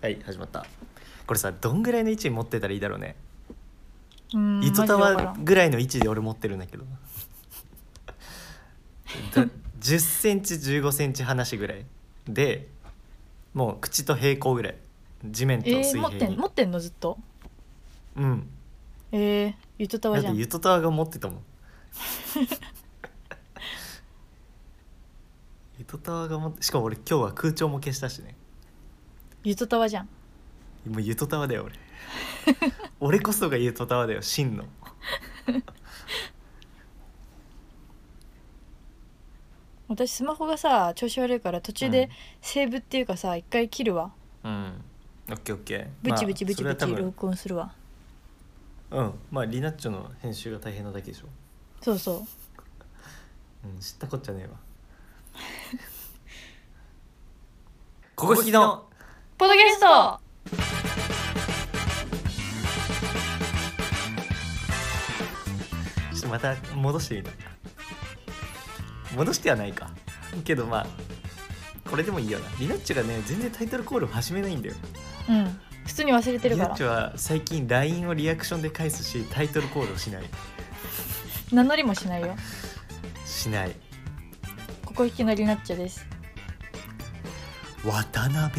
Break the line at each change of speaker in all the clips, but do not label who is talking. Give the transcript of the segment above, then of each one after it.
はい始まったこれさどんぐらいの位置に持ってたらいいだろうね
うん
糸タ
マジでわ
ワ
か
ーぐらいの位置で俺持ってるんだ けどだ10センチ15センチ離しぐらいでもう口と平行ぐらい地面と
らんえ
水
ー、
平
持ってん
に、
持ってんのずっと
うん
えー、ゆと
だ
たわ
っ
じゃ
て
ん
ゆとたわが持って たもんゆとたわが持ってしかも俺今日は空調も消したしね
ゆとたわじゃん
もうゆとたわだ よ俺俺こそがゆとたわだよ真の
私スマホがさ調子悪いから途中で
うん
セーブっていうかさ一回切るわ
うんオッケーオッケー
ブチブチブチブチ
まあそれは多分
録音するわ、
うんまあリナッチョの編集が大変なだけでしょ、
そうそう
うん、知ったこっちゃねえ わここ引きの
ポッドキャスト
ちょっとまた戻してみた戻してはないかけどまあこれでもいいよなリナッチョがね全然タイトルコールを始めないんだよ
うん普通に忘れて
リ
る
ナ
か
ッ
ら
チョは最近 LINE をリアクションで返すしタイトルコールをしない
名乗りもしないよ
しない
ここ引きのりなっちゃです
渡辺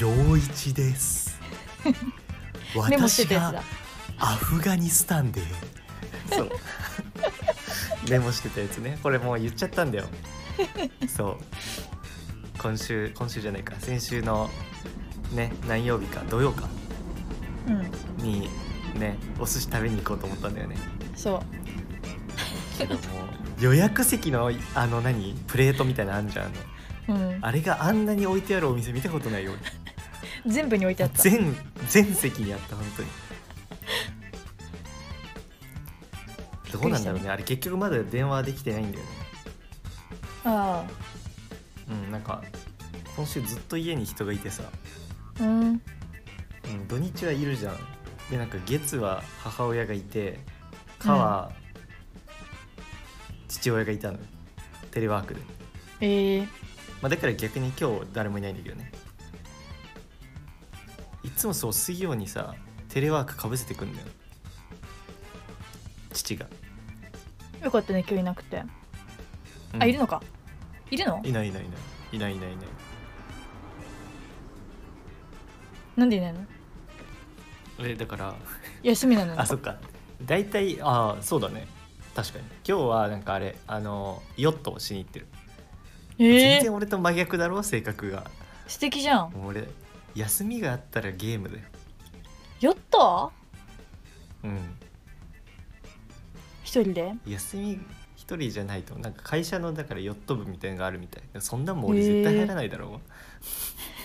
陽一です
メモしてたやつだ
アフガニスタンでそうメモしてたやつねこれもう言っちゃったんだよそう今週今週じゃないか先週のね何曜日か土曜か
うん
にねお寿司食べに行こうと思ったんだ よね
そう
けどもう予約席のあの何プレートみたいなのあんじゃんあの
うん、
あれがあんなに置いてあるお店見たことないよ
全部に置いてあった
全全席にあった本当 に
くりしたね
どうなんだろうねあれ結局まだ電話できてないんだよね
あ
うんなんか今週ずっと家に人がいてさ、
あう
う
ん
ん、土日はいるじゃんでなんか月は母親がいて火は父親がいたのよテレワークで、
えー、
まあ、だから逆に今日誰もいないんだけどねいつもそう水曜にさテレワークかぶせてくんだよ父が、
よかったね今日いなくて、
うん
あいるのかいるの
いないいないいないいないいないいない
なんでいないの
えだから
休みなのに
あそっか大体ああそうだね確かに今日はなんかあれあのヨットをしに行ってる、
え
全
ー
然、俺と真逆だろ性格が
素敵じゃん
もう俺休みがあったらゲームだよ
ヨット
うん
一人で
休み一人じゃないとなんか会社のだからヨット部みたいなのがあるみたいそんなんもう俺絶対入らないだろ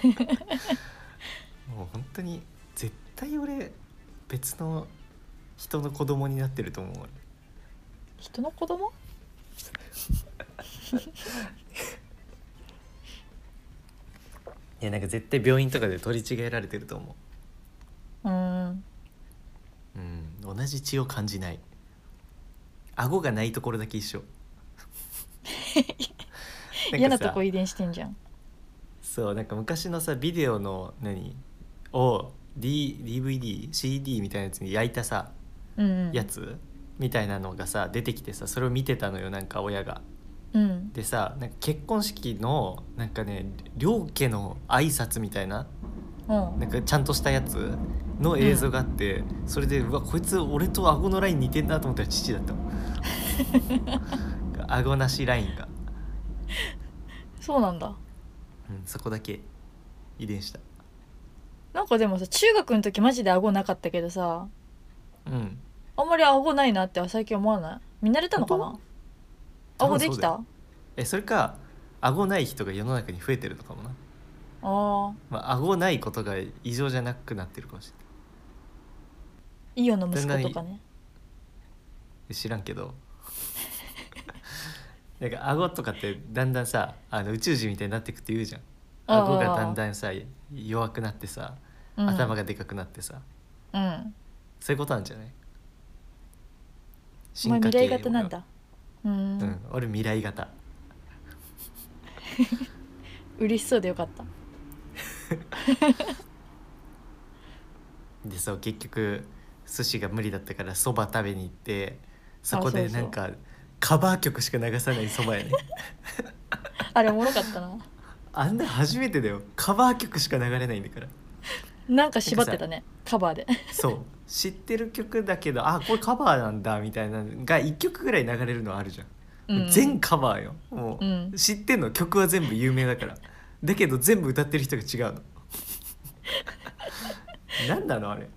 う、 もう本当に絶対俺別の人の子供になってると思う俺
人の子供
いやなんか絶対病院とかで取り違えられてると思
うーん
ううん同じ血を感じない顎がないところだけ一 緒んかさ
嫌なとこ遺伝してんじゃん
そうなんか昔のさビデオの何を、D、DVDCD みたいなやつに焼いたさ
うんうん
やつみたいなのがさ出てきてさそれを見てたのよなんか親が。
うん
でさなんか結婚式のなんかね両家の挨拶みたいな
うん
なんかちゃんとしたやつの映像があって、それでうわこいつ俺と顎のライン似てんなと思ったら父だったもん顎なしラインが、
そうなんだ
うん、そこだけ遺伝した
なんかでもさ中学の時マジで顎なかったけどさ
うん
あんまり顎ないなって最近思わない見慣れたのかな
本当
顎で
多分そ
き
うだ
た
よえそれか顎ない人が世の中に増えてるのかもな、
あー
まあ顎ないことが異常じゃなくなってるかもしれない
イオンの息子とかね
え知らんけ どなんか顎とかってだんだんさあの宇宙人みたいになってくって言うじゃん
あー
顎がだんだんさ弱くなってさ
うん
頭がでかくなってさ、
うん
そういうことなんじゃない
お前未来
進化系
型なんだうー
俺はうんん俺未来型
嬉しそうでよかった
でそう結局寿司が無理だったからそば食べに行ってそこ
あそ
で
うそ
な
うん
かカバー曲しか流さないそばや ね
あれおもろかったな
あんな初めてだよカバー曲しか流れないんだから
なんか縛ってたねカバーで
そう知ってる曲だけどあこれカバーなんだみたいなのが1曲ぐらい流れるのあるじゃん、
うん
全カバーよもう、
うん
知ってんの曲は全部有名だからだけど全部歌ってる人が違 うの何なのあれ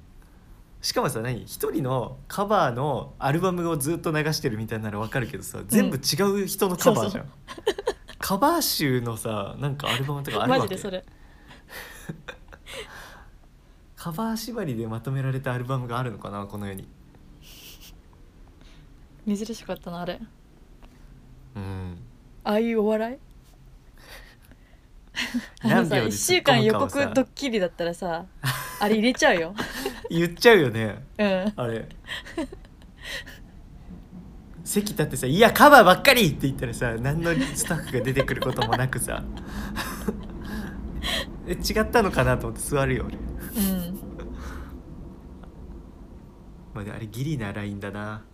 しかもさ何一人のカバーのアルバムをずっと流してるみたいならわかるけどさ全部違う人のカバーじゃん、
そ
カバー集のさなんかアルバムとかあるわ
マ
け
ジでそれ
カバー縛りでまとめられたアルバムがあるのかなこの世に
珍しかったなあれ
うん
ああいうお笑いあの
何
さ
秒で
1
突
週
っ込
間
む
予
かをさ
告ドッキリだったらさあれ入れちゃう よ
言っちゃうよね
うん
あれ席立ってさ「いやカバーばっかり!」って言ったらさ何のスタッフが出てくることもなくさ え違ったのかなと思って座るよ俺、
うん
まあ、であれギリなラインだな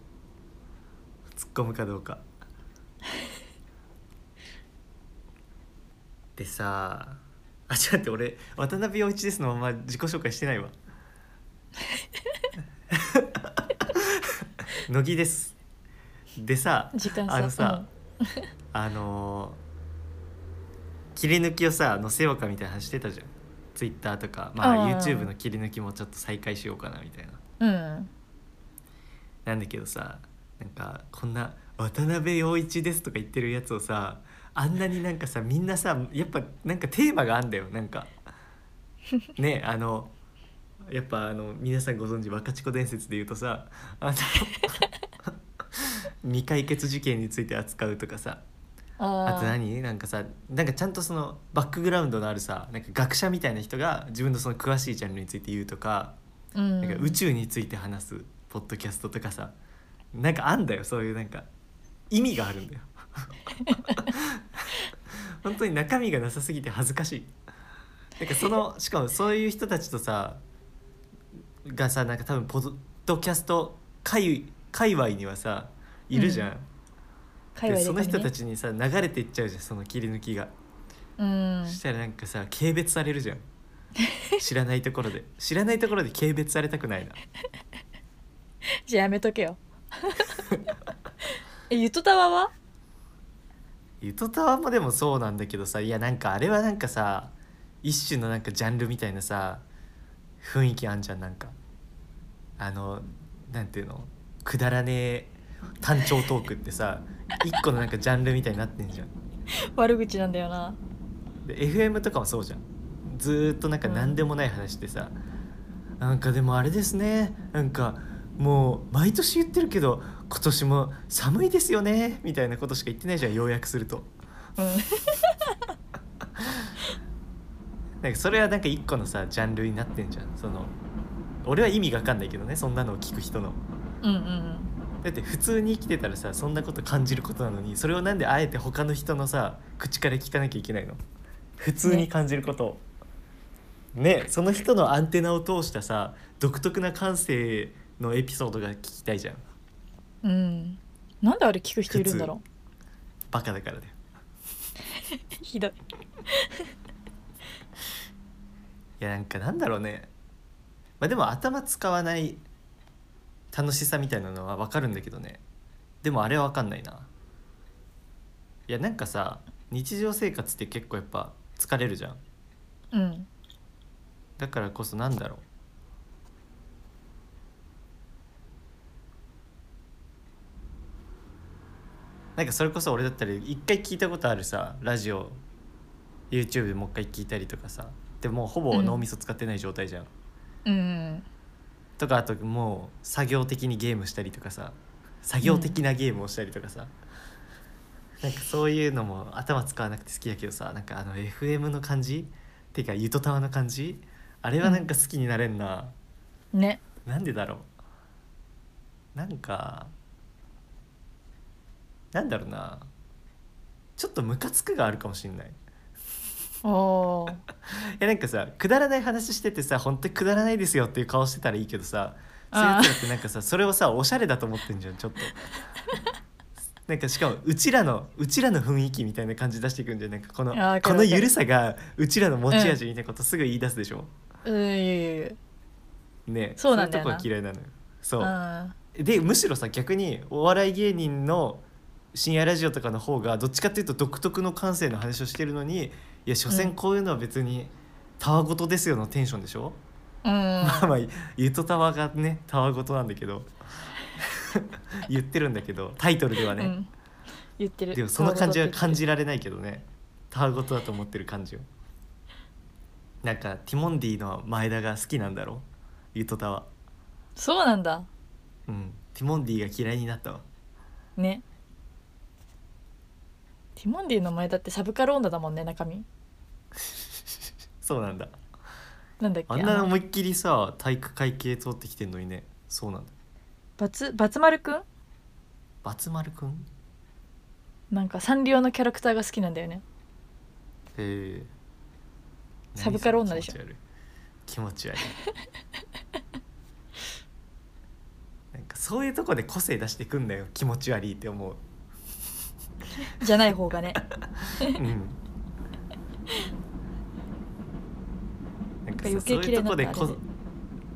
突っ込むかどうかでさあちょっと待って俺渡辺陽一ですのまま自己紹介してないわ乃木ですでさ
時間差
あのさ、あのー切り抜きをさ載せようかみたいな話してたじゃん Twitter とか、まあ、
あー
YouTube の切り抜きもちょっと再開しようかなみたいな
うん、うん
なんだけどさなんかこんな「渡辺陽一です」とか言ってるやつをさあんなになんかさみんなさやっぱなんかテーマがあんだよなんかねあのやっぱあの皆さんご存知若智子伝説で言うとさあの未解決事件について扱うとかさあ
あ
と
ー
何なんかさなんかちゃんとそのバックグラウンドのあるさなんか学者みたいな人が自分のその詳しいジャンルについて言うとか
うん、
なんか宇宙について話すポッドキャストとかさなんかあんだよそういうなんか意味があるん だよ本当に中身がなさすぎて恥ずかしいなんかそのしかもそういう人たちとさがさなんか多分ポッドキャスト界界隈にはさいるじゃん、
界
で
隈で
その人た
ち、
ちにさ流れていっちゃうじゃんその切り抜きが、
うん、
そしたらなんかさ軽蔑されるじゃん知らないところで知らないところで軽蔑されたくないな
じゃあやめとけよ えゆとたわは
ゆとたわもでもそうなんだけどさいやなんかあれはなんかさ一種のなんかジャンルみたいなさ雰囲気あんじゃんなんかあのなんていうのくだらねえ単調トークってさ一個のなんかジャンルみたいになってんじゃん
悪口なんだよな
で FM とかもそうじゃんずーっとなんか
うん
何でもない話でさ、なんかでもあれですねなんかもう毎年言ってるけど今年も寒いですよねみたいなことしか言ってないじゃん要約すると
う
なんかそれはなんか一個のさジャンルになってんじゃんその俺は意味が分かんないけどねそんなのを聞く人の
んうんうん
だって普通に生きてたらさそんなこと感じることなのにそれをなんであえて他の人のさ口から聞かなきゃいけないの普通に感じることをねその人のアンテナを通したさ独特な感性のエピソードが聞きたいじゃん
うんうんなんであれ聞く人いるんだろ
バカだからだよ
うひどい
いやなんかなんだろうねまあでも頭使わない楽しさみたいなのは分かるんだけどねでもあれは分かんないないやなんかさ日常生活って結構やっぱ疲れるじゃん
うん
だからこそなんだろうなんかそれこそ俺だったり一回聞いたことあるさラジオ YouTube でもう一回聞いたりとかさでもうほぼ脳みそ使ってない状態じゃん、
うん
とかあともう作業的にゲームしたりとかさ作業的なゲームをしたりとかさ、なんかそういうのも頭使わなくて好きだけどさなんかあの FM の感じていうかゆとたわの感じあれはなんか好きになれんな、
うんね
なんでだろうなんかなんだろうなちょっとムカつくがあるかもしんない
お ー
えなんかさくだらない話しててさ本当にくだらないですよっていう顔してたらいいけどさそういう
あ
や
ー
つだってなんかさそれをさおしゃれだと思ってんじゃんちょ っとなんかしかもうちらのうちらの雰囲気みたいな感じ出していくんじゃんなんかこの
あーわ
こ
かる
の
わかる
ゆるさがうちらの持ち味みたいなことすぐ言い出すでしょ、
うんいやいやいや
ね
そうなんだよ
そういうとこ
な
は嫌いなのよそう、
あ
でむしろさ逆にお笑い芸人の深夜ラジオとかの方がどっちかっていうと独特の感性の話をしてるのにいや所詮こういうのは別にたわごとですよのテンションでしょ、
ー
まあ
うん
まあゆとたわがねたわごとなんだけど 言ってるんだけどタイトルでは
う
ね、
ん言ってる
でもその感じは感じ
る
られないけどねたわごとだと思ってる感じをなんかティモンディの前田が好きなんだろゆとたわ
そうなんだ
うんティモンディが嫌いになったわ
ねティモンディの前だってサブカル女だもんね中身
そうなんだ
なんだっけ
あんな
の
思いっきりさ体育会系通ってきてんのにねそうなんだ
バツバツ丸くん
バツ丸くん
なんかサンリオのキャラクターが好きなんだよね
へえ
サブカル女でしょ
何その気持ち悪い気持ち悪いなんかそういうとこで個性出してくんだよ気持ち悪いって思う、
じゃない方がね
うん、なんかさ
なんか余計
そういうとこで
嫌いになったあれ
こ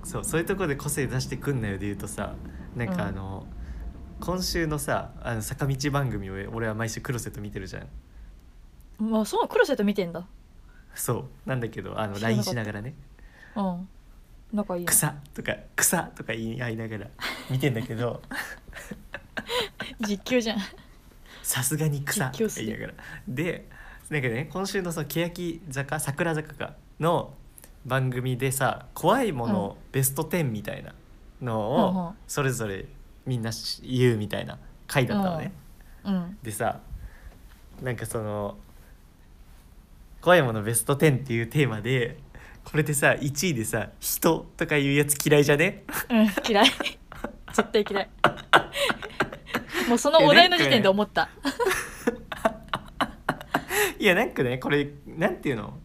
そうそういうとこで個性出してくんなよで言うとさなんかあの、今週のさあの坂道番組を俺は毎週クロセット見てるじゃん
まあそうクロセット見てんだ
そうなんだけどあの
知らな
LINE
かった
しながらね
うん仲いい
「
ね
草」とか「草」とか言い合いながら見てんだけ ど
実況じゃん
さすがに「草」
実
と
況
か
す
言
る
いながらでなんかね今週のその欅坂桜坂かの番組でさ怖いものベスト10みたいな
うんう
の
ん
をそれぞれみんなし言うみたいな回だったのね。
うん
でさなんかその「怖いものベスト10」っていうテーマでこれでさ1位でさ「人」とかいうやつ嫌いじゃね
うん嫌い 絶対嫌いもうそのお題の時点で思った、
いやなんかねこれなんていうの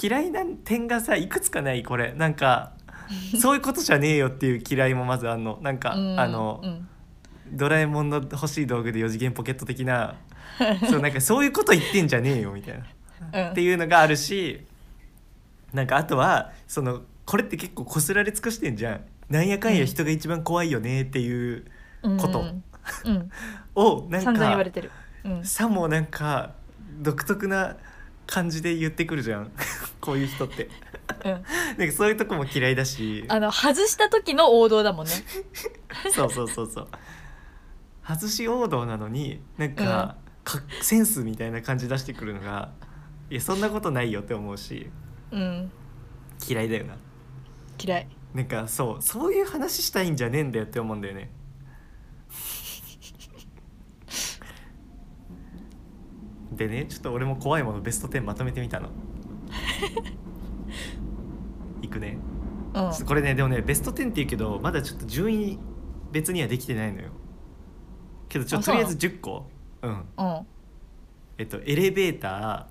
嫌いな点がさいくつかないこれなんか そういうことじゃねえよっていう嫌いもまずあんのなんか
うん
あの、
うん
ドラえもんの欲しい道具で4次元ポケット的 なそうなんかそういうこと言ってんじゃねえよみたいな。
うん
っていうのがあるしなんかあとはそのこれって結構こすられ尽くしてんじゃん。なんやかんや人が一番怖いよねっていうこと
うんうんうん、
をなんか
散々言われてる、うん、
さもなんか独特な感じで言ってくるじゃん こういう人って
うん、
なんかそういうとこも嫌いだし
あの外した時の王道だ もんね
そうそうそうそう外し王道なのになんか,、かセンスみたいな感じ出してくるのがいやそんなことないよって思うし
うん
嫌いだよな
嫌い
なんかそうそういう話したいんじゃねえんだよって思うんだよねでねちょっと俺も怖いものベスト10まとめてみ たのいくね
うん
ちょっとこれねでもねベスト10って言うけどまだちょっと順位別にはできてないのよけどちょっ
あ
とと
そう
りあ
な
え
の
ず10個うん
うんあ
えっとエレベータ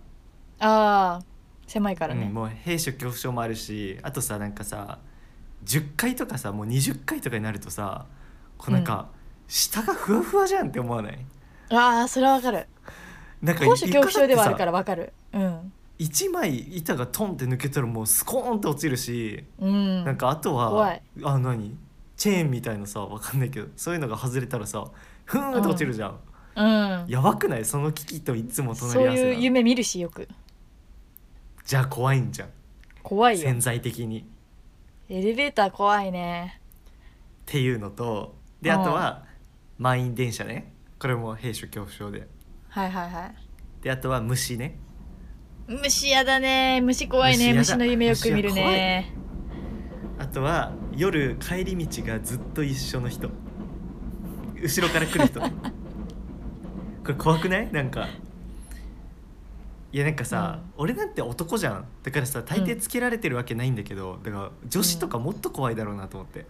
あー狭いか
ー、
ら
うん
ね、
もう閉所恐怖症もあるしあとさなんかさ10回とかさもう20回とかになるとさこうなんか、下がふわふわじゃんって思わない
ああそれはわかる
なんか
高所恐怖症ではあるから
ら
わかるうん
1枚板がトンって抜けたらもうスコーンって落ちるし、
うん
なんかあとは
怖い
あ何チェーンみたいなさわかんないけどそういうのが外れたらさふーんって落ちるじゃん、
うん
やばくないその危機といつも隣
そ
り
う
合わせなの
いう夢見るしよく
じゃあ怖いんじゃん
怖いよ
潜在的にっ
エレベーター怖いね
ていうのとで
うん
あとは満員電車ねこれも兵所恐怖症で
はいはいはい
であとは虫ね
虫やだね虫怖いね
虫
虫
やだ
の夢よく見るね
あとは夜帰り道がずっと一緒の人後ろから来る 人これ怖くないなんかいやなんかさ、俺なんて男じゃんだからさ大抵つけられてるわけないんだけど、だから女子とかもっと怖いだろうなと思って、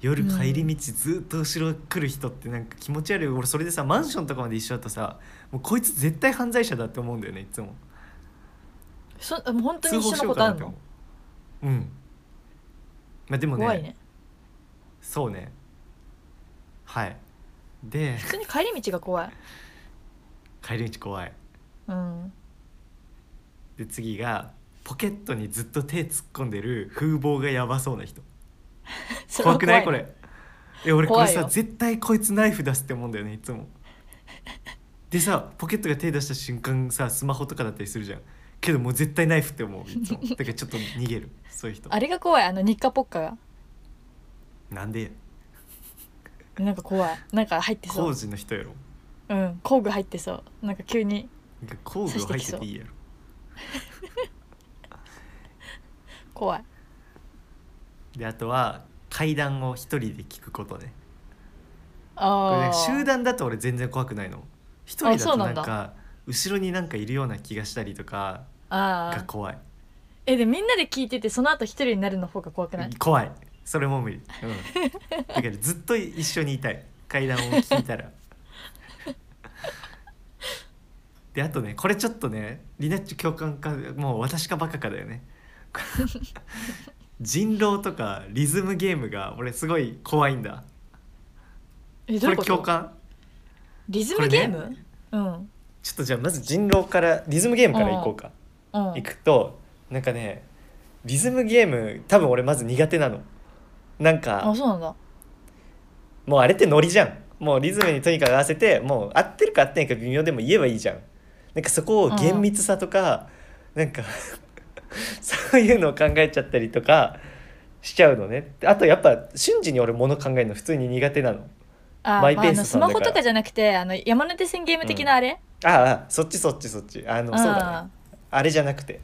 夜帰り道ずっと後ろ来る人ってなんか気持ち悪い俺それでさマンションとかまで一緒だとさもうこいつ絶対犯罪者だって思うんだよねいつも
そもう本当に
通報
一緒
し
の
よ
こ
う
と
か
あ
なって
るの
思ううんまあでもね
怖いね
そうねはいで
普通に帰り道が怖い
帰り道怖い
うん
で次がポケットにずっと手突っ込んでる風貌がやばそうな 人
そは
怖くないこ
ね
れえ俺これ
怖い
さ
よ
絶対こいつナイフ出すって思うんだよねいつもでさポケットが手出した瞬間さスマホとかだったりするじゃんけどもう絶対ナイフって思ういつ もだからちょっと逃げるそういう人
あれが怖いあの日課ポッカが
なんで
なんか怖いなんか入ってそ
工
う
事の人やろ
うん工具入ってそうなんか急に
なんか工具を入ってていいやろ
怖い
であとは階段を一人で聞くことねこれ
あ
ね
あ
集団だと俺全然怖くないの一人だとなんか後ろになんかいるような気がしたりとか
あ
が
あ
怖い
えでみんなで聞いててその後一人になるの方が怖くない
怖いそれも無理、うん、だからずっと一緒にいたい階段を聞いた らであとねこれちょっとねリナッチ共感かもう私かバカかだよ ね人狼とかリズムゲームが俺すごい怖いんだ
えど
こ
うい
れ
うこ
共
と
感
リズ
こ
ム
れ
ゲ
ね
ーム、うん
ちょっとじゃあまず人狼からリズムゲームからいこうか
うん
行くとなんかねリズムゲーム多分俺まず苦手なのなんか
あそうなんだ
もうあれってノリじゃんもうリズムにとにかく合わせてもう合ってるか合ってないか微妙でも言えばいいじゃんなんかそこを厳密さとか、なんか そういうのを考えちゃったりとかしちゃうのねあとやっぱ瞬時に俺物考えるの普通に苦手なの
あ
マイペース
まああ
さ
の
ん
スマ
だ
ホ
から
とかじゃなくてあの山手線ゲーム的なあれ、
ああああそっちそっちそっちあの
ん、
そうだねあれじゃなくて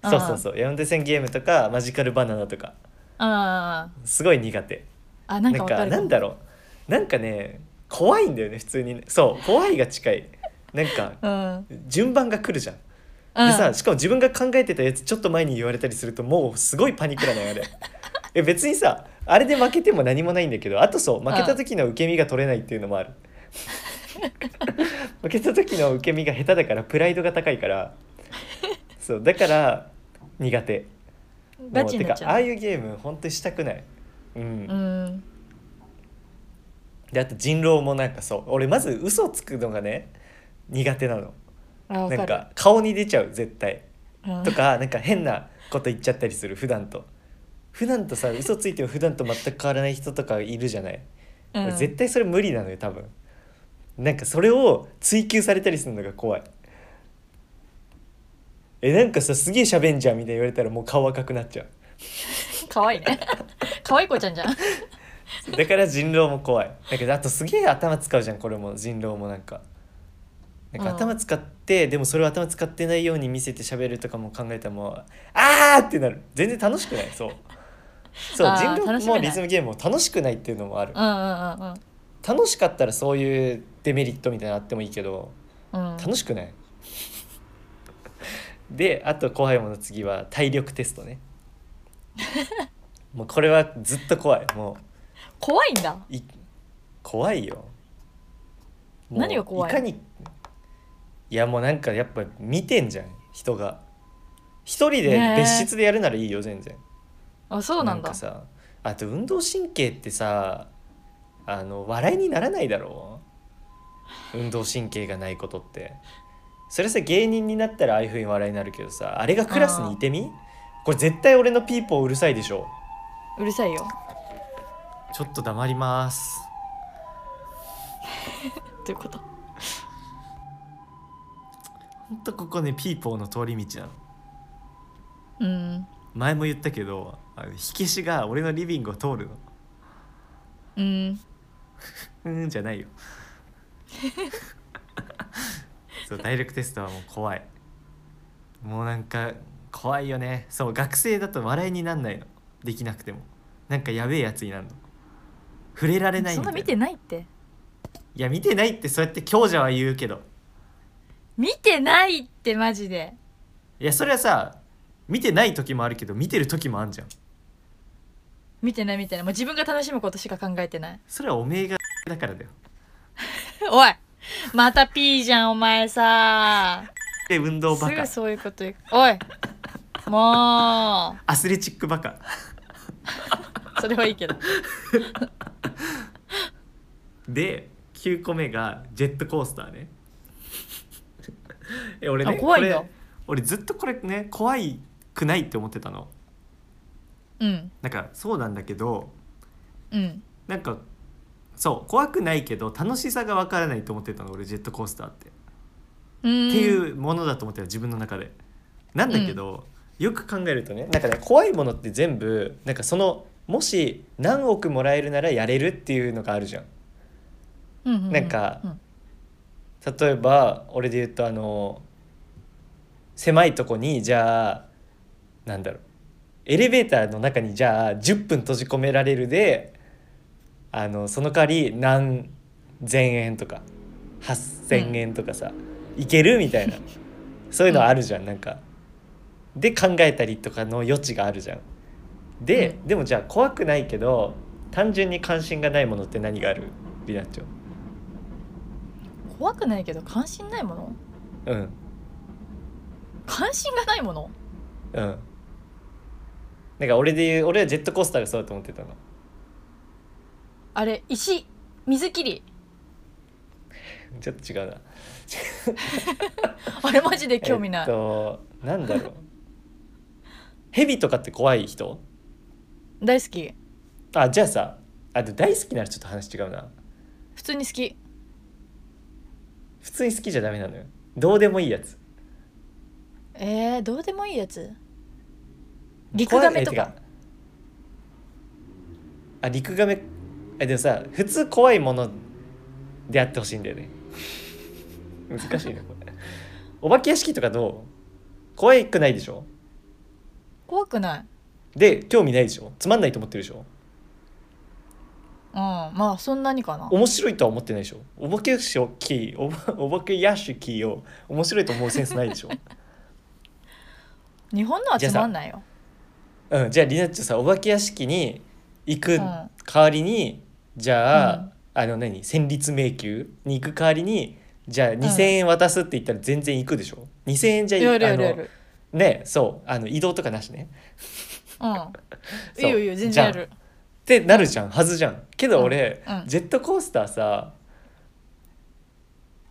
あ
そうそうそう山手線ゲームとかマジカルバナナとか
あ
すごい苦手
あなんかわかる
なんだろうなんかね怖いんだよね普通にねそう怖いが近いなんか
うんうん
順番が来るじゃんでさしかも自分が考えてたやつちょっと前に言われたりするともうすごいパニックなのよあ れえ別にさあれで負けても何もないんだけどあとそう負けた時の受け身が取れないっていうのも ある負けた時の受け身が下手だからプライドが高いからそうだから苦手
ガチに
て
な
か
っち
あ
ゃ
あ
う
いうゲーム本当にしたくないうん
うん
であと人狼もなんかそう俺まず嘘をつくのがね苦手なの
あわ
な
か
ん
る
か顔に出ちゃう絶対
うん
と かなんか変なこと言っちゃったりする普段と普段とさ嘘ついても普段と全く変わらない人とかいるじゃない、
うん
俺絶対それ無理なのよ多分なんかそれを追求されたりするのが怖いえなんかさすげえ喋んじゃんみたいに言われたらもう顔赤くなっちゃう
可愛いね 可愛い子ちゃんじゃん
だから人狼も怖いだけどあとすげえ頭使うじゃんこれも人狼もなんかなんか
うん
頭使って、でもそれを頭使ってないように見せて喋るとかも考えたらもうあーってなる全然楽しくないそうそう
あー
人
楽
狼
しめな
も
い
リズムゲームも楽しくないっていうのもある
うんうん
楽しかったらそういうデメリットみたいなのあってもいいけど
うんうん
楽しくないであと怖いもの次は体力テストねもうこれはずっと怖いもう
怖いんだ
い怖いよもう
何が怖い
いかにいやもうなんかやっぱ見てんじゃん人が一人
ね
で
え
別室でやるならいいよ全然、
あそうなんだ
かさあと運動神経ってさあの笑いにならないだろう運動神経がないことってそれさ芸人になったらああいうふうに笑いになるけどさあれがクラスにいてみこれ絶対俺のピーポーうるさいでしょ
うるさいよ
ちょっと黙ります
ということ
ほんとここねピーポーの通り道なの
うん
前も言ったけどあの火消しが俺のリビングを通るの
うん
うーんじゃ ないよそう体力テストはもう怖いもうなんか怖いよねそう学生だと笑いになんないのできなくてもなんかやべえやつになるの触れられない
そ
み
ん
た
ない
な
見てないって
いや見てないってそうやって強者は言うけど
見てないってマジで
いやそれはさ見てない時もあるけど見てる時もあんじゃん
見てない見てないもう自分が楽しむことしか考えてない
それはおめえがだからだよ
おいまた P じゃんお前さ
で運動
す
バカ
ぐそういうこと言うおいも
アスレチックバカ
うそれはいいけど
で9個目がジェットコースターねえ俺ね
あ怖いんだ
これ俺ずっとこれね怖いくないって思ってたの
うん
なんかそうなんだけど
うん
なんかそう怖くないけど楽しさがわからないと思ってたの俺ジェットコースターって、
うーん
っていうものだと思ってた自分の中でなんだけど、よく考えるとねなんかね怖いものって全部なんかそのもし何億もらえるならやれるっていうのがあるじゃん
うんうんうん
なんか
うん
例えば俺で言うとあの狭いとこにじゃあなんだろうエレベーターの中にじゃあ10分閉じ込められるであのその代わり何千円とか8,000円とかさ、いけるみたいなそういうのあるじゃんなんか。で考えたりとかの余地があるじゃん。で、でもじゃあ怖くないけど単純に関心がないものって何があるリナッチョ。
怖くないけど関心ないもの
うん
関心がないもの
うんなんか俺で言う俺はジェットコースターがそうだと思ってたの
あれ石水切り
ちょっと違うな
あれマジで 興味ない、
えっとなんだろうヘビとかって怖い人
大好き
あじゃあさあでも大好きならちょっと話違うな
普通に好き
普通に好きじゃダメなのよどうでもいいやつ
えー、どうでもいいやつリクガメとか
怖いえてあリクガメえでもさ普通怖いものであってほしいんだよね 難しいねこれお化け屋敷とかどう怖くないでしょ
怖くない
で興味ないでしょつまんないと思ってるでしょ
うんまあそんなにかな
面白いとは思ってないでしょお化け屋敷おばお化け屋敷を面白いと思うセンスない でしょ
日本のはつまんないよ
うんじゃあリナッチョさお化け屋敷に行
う
く
ん
代わりに、じゃあ、
うん
あの何戦慄迷宮に行く代わりにじゃあ2,000円渡すって言ったら全然行くでしょ2,000円じゃい
やるやるや
あの
る
ねそうあの移動とかなしね
うん
そう
いいよいいよ全然や
じゃ
る
ってなるじゃんはずじゃんけど俺、
うんうん
ジェットコースターさ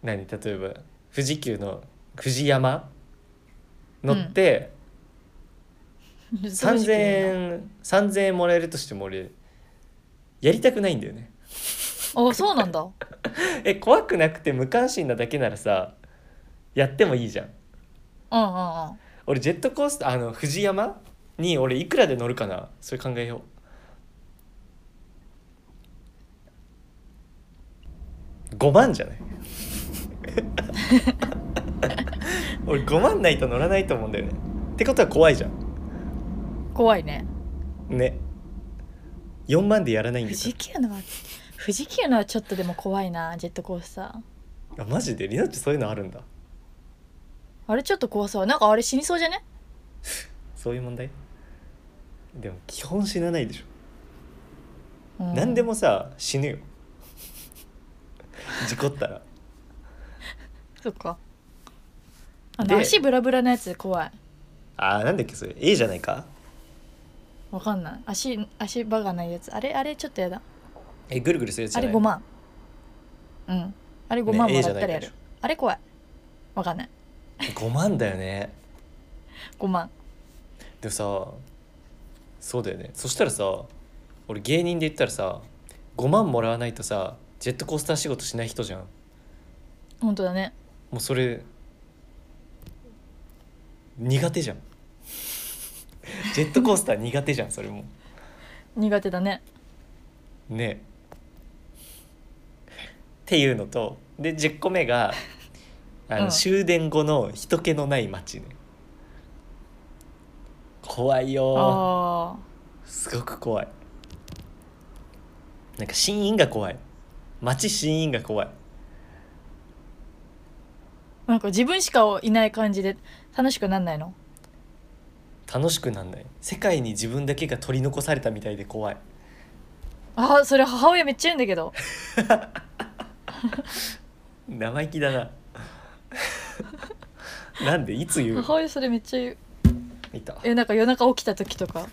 何例えば富士急の富士山乗って、3,000円3,000円もらえるとしても俺やりたくないんだよね
あそうなんだ
え怖くなくて無関心なだけならさやってもいいじゃん
うんうんうん
俺ジェットコースターあの富士山に俺いくらで乗るかなそれ考えよう5万 じゃない俺5万ないと乗らないと思うんだよねってことは怖いじゃん
怖いね
ね4万でやらないん
富
です
士
よ
急のは富士急のはちょっとでも怖いなジェットコースター
あマジでリナッチそういうのあるんだ
あれちょっと怖そうなんかあれ死にそうじゃね
そういう問題でも基本死なないでしょ
うん
何でもさ死ぬよ事故ったら
そっかあ
で
の足ブラブラのやつ怖い
あーなんだっけそれ A じゃないか
わかんない足足場がないやつあれあれちょっとやだ
えぐるぐるするやつじ
あ
ゃな
れ
い
5万うんあれ5万
ね
も
A
ら
じ
っ
ゃな
た
い
らや
でし
る、
ょ
あれ怖いわかんない
5万だよね
5万
でもさそうだよねそしたらさ俺芸人で言ったらさ5万もらわないとさジェットコースター仕事しない人じゃん
本当だね
もうそれ苦手じゃんジェットコースター苦手じゃんそれも
苦手だね
ねっていうのとで10個目があの、
うん
終電後の人気のない街ね怖いよ
あ
すごく怖いなんか死因が怖い街死因が怖い
ーなんか自分しかいない感じで楽しくなんないの
楽しくなんない世界に自分だけが取り残されたみたいで怖い
あーそれ母親めっちゃ言うんだけど
生意 気だななんでいつ言う
母親それめっちゃ言う
いた
えなんか夜中起きた時とか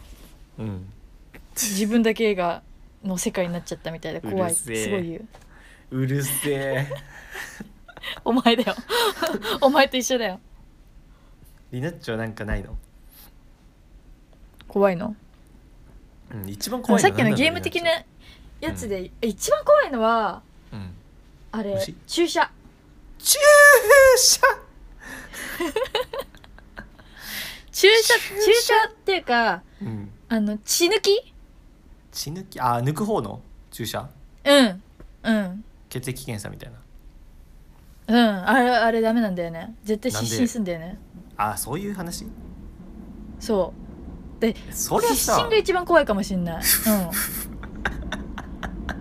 うん
自分だけがの世界になっちゃったみたいで怖
うる
いす
せえ
ごい言う
うるせえ
お 前だよお前と一緒だよ
りなっちはなんかないの、
怖いの
うん、一番怖い
さっきのゲ
な
ーム
んだろう
的
りな
なやつで、一番怖いのは
ちゃんうん
あれ
虫
注射
注射
注射
注
注射っていうか
うん
あの血抜き
血抜きあ抜く方の注射
うんうん
血液検査みたいな
うんあれあれダメなんだよね絶対
なんで
失神すんだよね
あそういう話
そう
それ
失
さ
神が一番怖いかもしんないうん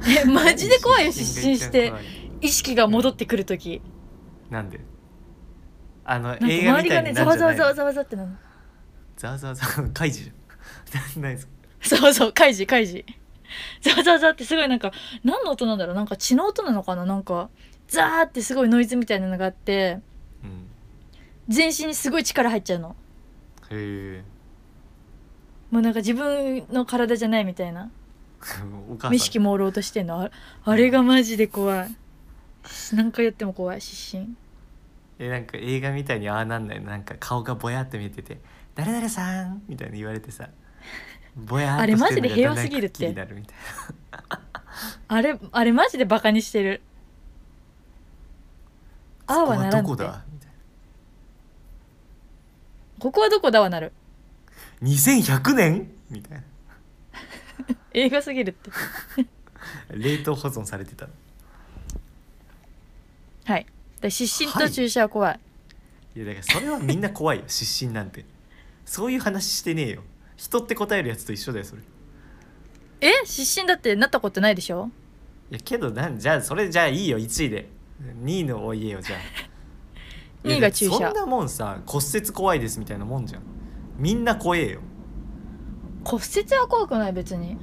えマジで怖いよ失神して
が一番怖い
意識が戻ってくるとき
なんであの
なん
映
か
画み
周り
た
が
いに
ね
な
ざ
るん
わ
じゃない
ざわざわ
の
ざわざってなる
ざわざわざわカイジじゃんないです
そうそう、カイジ、カイジ。ザーザーザーってすごいなんか、何の音なんだろうなんか血の音なのかななんか、ザーってすごいノイズみたいなのがあって、
うん
全身にすごい力入っちゃうの。
へえ
もうなんか自分の体じゃないみたいな。
お母さん
意識朦朧としてんの。ああれがマジで怖い。何回やっても怖い、失神。
えなんか映画みたいにああなんないのなんか顔がぼやって見えてて「誰々さん」みたいに言われてさぼやーっと
あれ
してる
マジで平和すぎるっ
の
て
がだんだん空気になるみたいな
あれ、あれマジでバカにしてる。ああはならん
ここはどこ
って
だみたいな
ここはどこだはなる。
2100年みたいな
映画すぎるって。
冷凍保存されてたの
はい。で失神と注射は怖い。
いやだからそれはみんな怖いよ 失神なんてそういう話してねえよ人って答えるやつと一緒だよそれい
え失神だってなったことないでしょ
やけどなんじゃあそれじゃあいいよ1位で2位のお言えよじゃあ
2位が注
いやだ
射
ってそんなもんさ骨折怖いですみたいなもんじゃんみんな怖えよ
骨折は怖くない別に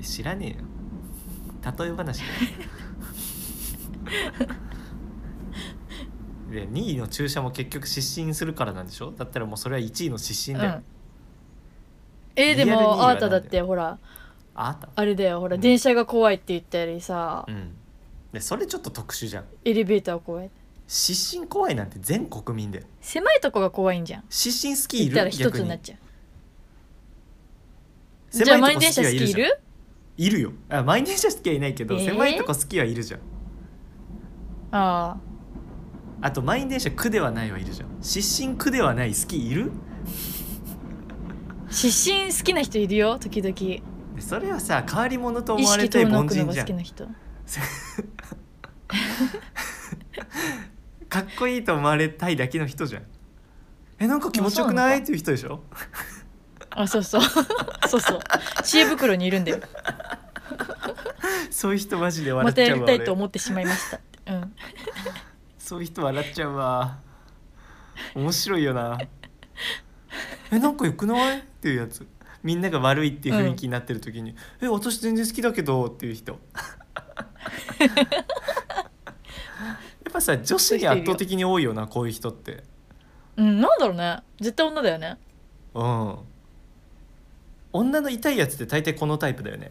知らねえよ例え 話だよで2位の注射も結局失神するからなんでしょだったらもうそれは1位の失
う
神
ん
だよ、
えーで
リアルには
も
な
あ
ん
ー
だよ
ただってほら
ああた
あれだよほら、
うん
電車が怖いって言ったりさ、
うんでそれちょっと特殊じゃん
エレベーター怖い
失神怖いなんて全国民だよ
狭いとこが怖いんじゃん
失神好きい
行ったら
る
一
逆
つにな
に
っちゃうじゃ
狭
あ
いと
満
こ
員
好
電
き
車好
はいる
きい
じゃん
る
いるよあ満員電車好きはいないけど、
えー
狭いとこ好きはいるじゃん
あ
あと満員電車苦ではないはいるじゃん失神苦ではない好きいる
あ失神好きな人いるよ時々意
でそれはさ変わり者と思われ
識
て
遠
凡
のくの
人
が
じゃ
好
ん
きな人
かっこいいと思われたいだけの人じゃんえなんか気持ちよくない
あそうなのか
っていう人でしょ
あそうそう そうそう知恵袋にいるんだよ
そういう人マジで 笑
ま
ったち
や
ゃう
り
わ
たいと
俺
思ってしまいましたってうん
そういう人笑っちゃうわ面白いよなえなんかよくないっていうやつみんなが悪いっていう雰囲気になってる時に、え私全然好きだけどっていう 人やっぱさ女子に圧倒的に多いよなこういう人って
うんなんだろうね絶対女だよね
うん女の痛いやつって大体このタイプだよね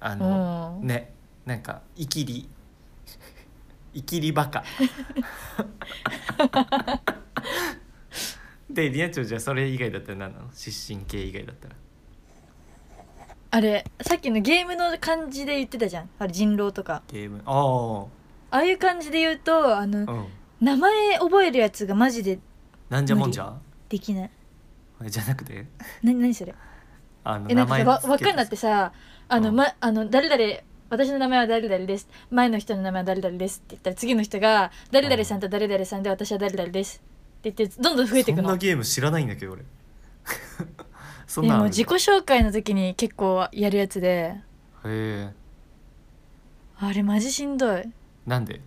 あ
う
の、
ん、
ねなんかイキリ イキリバカ でリアちゃんじゃあそれ以外だったら何なの失神系以外だったら
あれさっきのゲームの感じで言ってたじゃんあれ人狼とか
ゲームあ
ああいう感じで言うとあの
あうん
名前覚えるやつがマジで
なんじゃもんじゃ
できない
じゃなくて
な何それ
あの
えな
名
んか
前
さわわかんなっててさあの,、
うん
ま、あの誰々私の名前は誰々です前の人の名前は誰々ですって言ったら次の人が誰々さんと誰々さんで私は誰々ですって言ってどんどん増えていく
そんな
の
ゲーム知らないんだけど俺 そん
で
なんあ
も
る
自己紹介の時に結構やるやつで
へえ
あれマジしんどい
なんで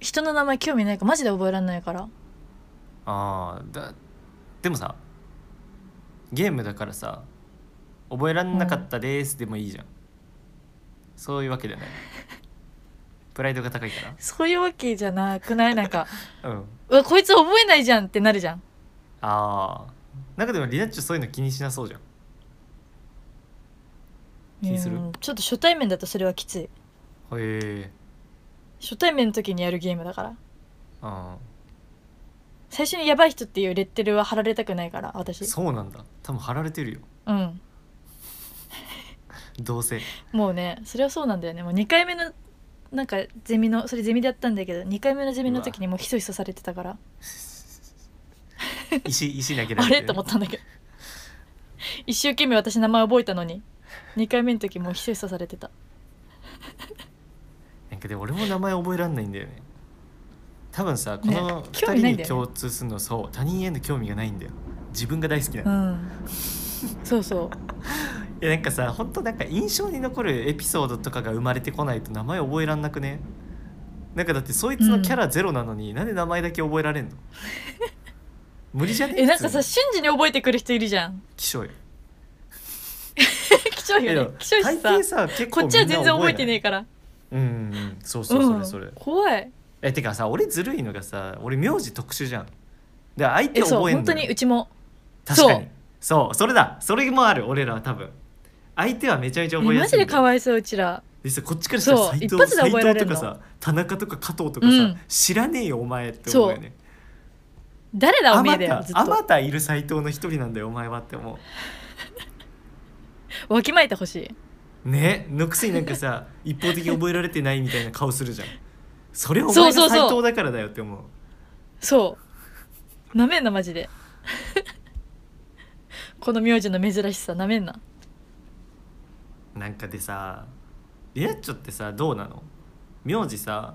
人の名前興味ないからマジで覚えられないから
ああだでもさゲームだからさ覚えらんなかったですでもいいじゃん、そういうわけじゃない プライドが高いか
そういうわけじゃなくないなんから
うん
うわこいつ覚えないじゃんってなるじゃん
ああなんかでもリナッチョそういうの気にしなそうじゃん気にする
うんちょっと初対面だとそれはきつい
へえ
初対面の時にやるゲームだから
あ
最初にやばい人っていうレッテルは貼られたくないから
あ
私
そうなんだ多分貼られてるよ
うん
どう せ
もうねそれはそうなんだよねもう2回目のなんかゼミのそれゼミでやったんだけど2回目のゼミの時にもうひそひそされてたから
石石投げら
あ
れて、
れと思ったんだけど 一生懸命私名前覚えたのに2回目の時もうひそひそされてた
なんかでも俺も名前覚えらんないんだよね多分さこの
ね
2
興
人
味ない
に
んだよね
共通するのそう他人への興味がないんだよ自分が大好きな
う
の、
んそうそう
いやなんかさ本当なんか印象に残るエピソードとかが生まれてこないと名前覚えらんなくねなんかだってそいつのキャラゼロなのに、なんで名前だけ覚えられんの無理じゃね
えなんか
普
さ
通
瞬時に覚えてくる人いるじゃん
気象よ
貴重
えで
よ
も
ね貴重しさ
大抵さ結構
こっちは全然覚えてねえ
か
から
らうんうんうんそうそうそれそれ、
うん、怖い
えてかさ俺ずるいのがさ俺名字特殊じゃんで相手
え
覚えんの
そう
よ
本当にうちも
確か
そ
に
う
そうそれだそれもある俺らは多分相手はめちゃめちゃ
え
覚えや
マ
すい
ジ
んだ
で
よ
かわいそううちら
実際こっちからしたら
そう
斎藤
一発で覚えら
斉
れる
藤
の
とかさ田中とか加藤とかさ、
うん
知らねえよお前って思うよね
誰だお
あ
めえ
ま
だよ
た
ずっ
あ
と
またいる斎藤の一人なんだよお前はって思
わきまえてほしいう
ねのくせになんか さ一方的に覚えられてないみたいな顔するじゃんそれはお前
そうそ
が
うそ
斎
う
藤だからだよって思う
そうなめんなマジで この名字の珍しさなめんな
なんかでさリナッチョってさどうなの名字さ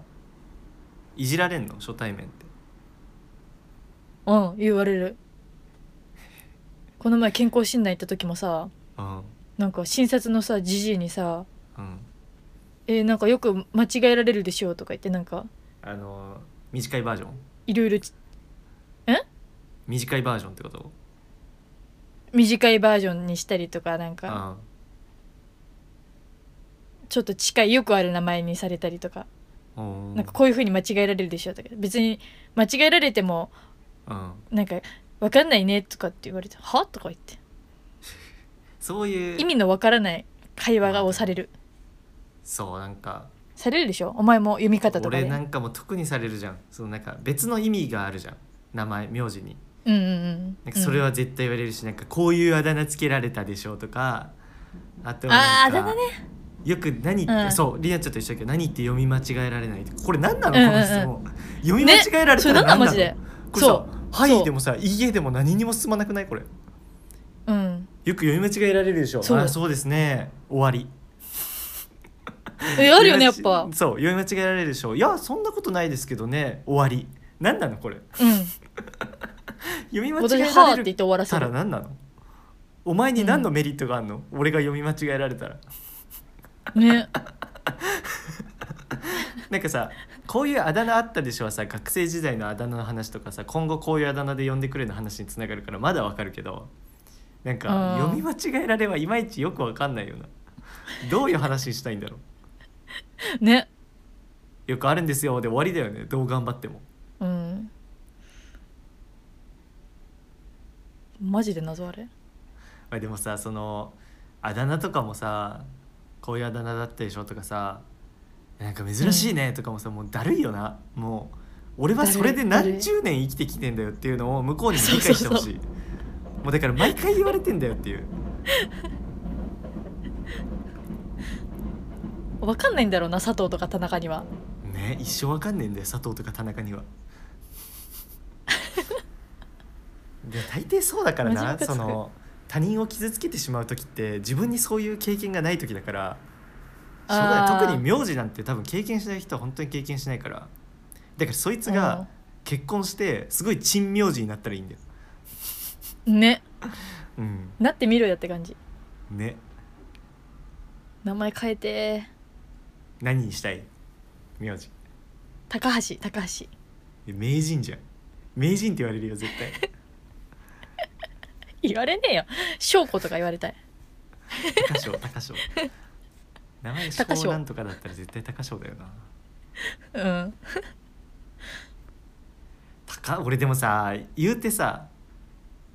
いじられんの初対面って
うん言われるこの前健康診断行った時もさ
うん
なんか診察のさじじいにさ
うん
「えーなんかよく間違えられるでしょ」とか言ってなんか
あの短いバージョン
いろいろち
短いバージョンってこと
短いバージョンにしたりとかなんか
あ
ちょっと近いよくある名前にされたりとか
あうん
なんかこういう風に間違えられるでしょとか別に間違えられても
うん
なんか分かんないねとかって言われて「は?」とか言って
そういう
意味の分からない会話がをされる
そうなんか
されるでしょお前も読み方とか
俺
で
なんかもう特にされるじゃんそのなんか別の意味があるじゃん名前名字に
うんうんう
なん
ん
かそれは絶対言われるし、なんかこういうあだ名つけられたでしょうとかあとは
あー
な
あ
んか
だ名ね
よく何って、
うん
そうリナちゃんと一緒だけど何って読み間違えられないこれ何なの
うんうんうん
この質問、読み間違えられ
それ
たら
なん
何な
なんマ
の
ジで
これさ
そう
は
そう
いでもさいいえでも何にも進まなくないこれ
うん
よく読み間違えられるでしょ
そう
あそうですね終わり
えあるよねやっぱ
読み間違そう読み間違えられるでしょいやそんなことないですけどね終わり何なのこれ
うん
読み間違
私「
え
は」
られ
って言っ
る
て終わらせ
たら
る
何なのお前に何のメリットがあるの、俺が読み間違えられたら
ね
なんかさこういうあだ名あったでしょはさ学生時代のあだ名の話とかさ今後こういうあだ名で呼んでくれの話につながるからまだわかるけどなんか
うん
読み間違えられはいまいちよくわかんないよなどういう話にしたいんだろ
ね
うよくあるんですよで終わりだよねどう頑張っても
うんマジで謎あれ
まあでもさそのあだ名とかもさこういうあだ名だったでしょとかさなんか珍しいねとかもさ、もうだるいよなもう俺はそれで
だるい
何十年生きてきてんだよっていうのを向こうにも理解してほ
そう
しいもうだから毎回言われてんだよっていう
分かんないんだろうな佐藤とか田中には
ね一生わかんねえんだよ佐藤とか田中に はいや大抵そうだから
マジム
な
カつく
その他人を傷つけてしまう時って自分にそういう経験がない時だからしょうが
あ
な
ー
い特に名字なんて多分経験しない人は本当に経験しないからだからそいつが結婚してすごい珍名字になったらいいんだよ、
うんね
うん、
なってみろよって感じ
ね
名前変えて
何にしたい名字
高橋高橋
え名人じゃん名人って言われるよ絶対
言われねえよ翔子とか言われたい
高翔高翔名前
高翔
翔なんとかだったら絶対高翔だよな
うん
高俺でもさ言うてさ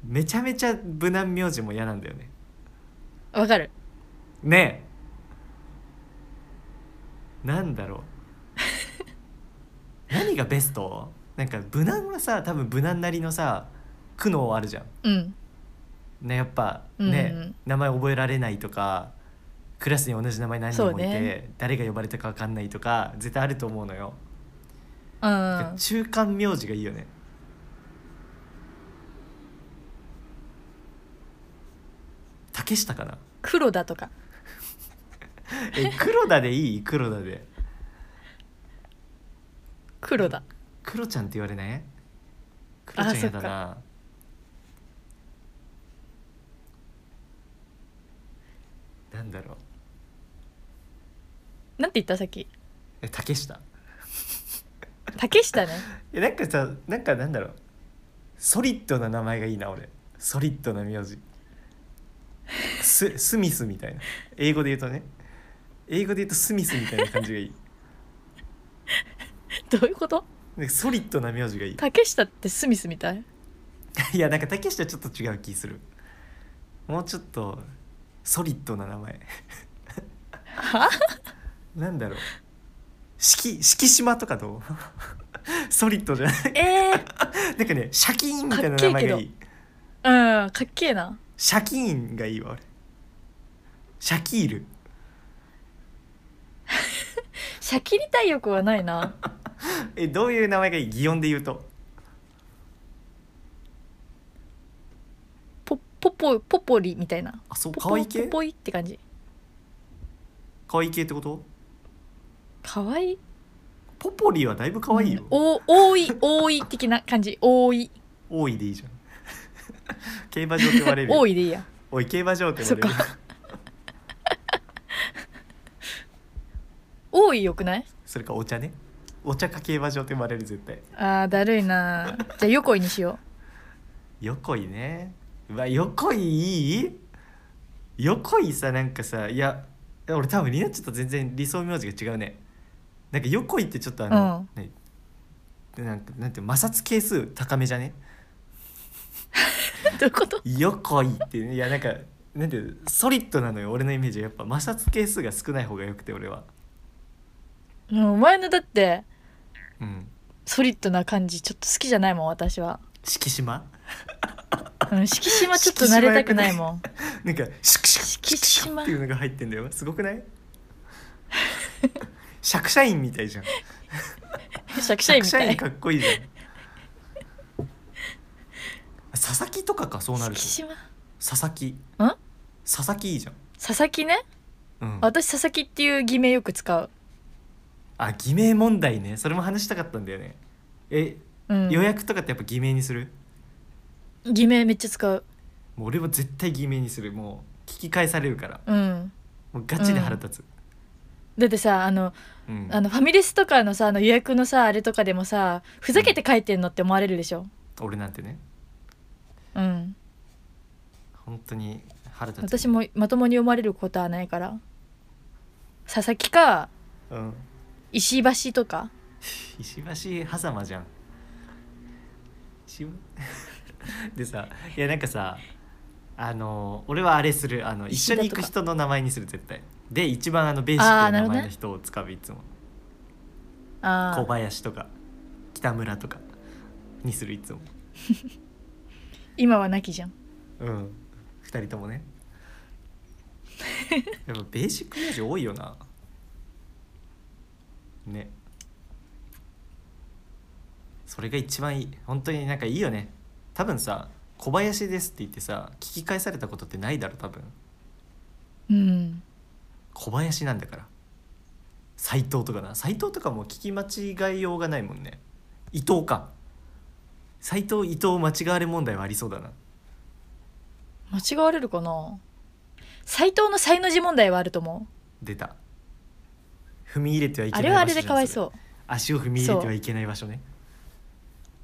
めちゃめちゃ無難名字も嫌なんだよね
わかる
ねえなんだ ろう何がベストなんか無難はさ多分無難なりのさ苦悩あるじゃん
うん
ねやっぱ
うん
ね、名前覚えられないとかクラスに同じ名前何人もいて、
そうね
誰が呼ばれたか分かんないとか絶対あると思うのよ、
うん
中間名字がいいよね竹下かな
黒だとか
え黒田でいい黒田で
黒だ
黒ちゃんって言われない黒ちゃんやだななんだろう
なんて言ったさっき
え竹下
竹下ね
えなんかさなんかなんだろうソリッドな名前がいいな俺ソリッドな名字ススミスみたいな英語で言うとね英語で言うとスミスみたいな感じがいい
どういうこと
なんかソリッドな名字がいい
竹下ってスミスみたい
いやなんか竹下ちょっと違う気するもうちょっとソリッドな名前
は
なんだろう敷敷島とかどう ソリッドじゃない
え
なんかねシャキーンみたいな名前がいい
ー、うんかっけえな
シャキーンがいいわ俺シャキール
シャキリ体欲はない な
えどういう名前がいい擬音で言うと
ポポポポポリみたいな
あそう
ポ
可愛い
ポポ
系
ポイって感じ
可愛い系ってこと
かわいい
ポポリはだいぶ可愛いよ、
お多い多い的な感じ多い
多いでいいじゃん 競馬場って言われるよ
多いでいいや
おい競馬場って言われる
そっ多いよくない
それかお茶ねお茶か競馬場って呼ばれる絶対
あーだるいなじゃあ横井にしよ
横井ねうわ横井いい横井さなんかさいや俺多分りなちょっと全然理想名字が違うねなんか横井ってちょっとあの、何でなんかなんて摩擦係数高めじゃね
う どういうこと
横井ってねいやなんかなんていうソリッドなのよ俺のイメージはやっぱ摩擦係数が少ない方がよくて俺は
うんお前のだって
うん
ソリッドな感じちょっと好きじゃないもん私は、
敷島
うん、敷島ちょっと慣れたくないもん
なんかシクシクシク
敷
シク
島
っていうのが入ってんだよすごくないシャクシャインみたいじゃん
シャキシャイみたい
かっこいいじゃん 佐々木とかかそうなると
敷島
佐々木佐々木いいじゃん、
佐々木ね
うん、あ
私佐々木っていう偽名よく使う、
偽名問題ねそれも話したかったんだよねえ、
うん、
予約とかってやっぱ偽名にする
偽名めっちゃ使う
もう俺は絶対偽名にするもう聞き返されるから
うん
もうガチで腹立つ、
だってさあの
うん
あのファミレスとかのさあの予約のさあれとかでもさふざけて書いてんのって思われるでしょ
俺なんてね
うん
本当に腹立つ
私、もまともに読まれることはないから佐々木か
うん、
石橋とか
石橋狭間じゃん石橋 でさいやなんかさあの俺はあれするあの一
石
緒
田とか
に行く人の名前にする絶対で一番あのベーシックな名前の人を使ういつも、
あ
小
あ
林とか北村とかにするいつも
今はなきじゃん
うん2人ともねやっぱベーシック名字多いよなねそれが一番いい本当になんかいいよね多分さ「小林です」って言ってさ聞き返されたことってないだろ多分
うん
小林なんだから斎藤とかな斎藤とかも聞き間違えようがないもんね伊藤か斎藤伊藤間違われ問題はありそうだな
間違われるかな斎藤の才の字問題はあると思う
出た踏み入れてはいけ
あ
ない
れはあ
場
れ
所
で
じゃん
かわい
れ
そう
足を踏み入れてはいけない場所ね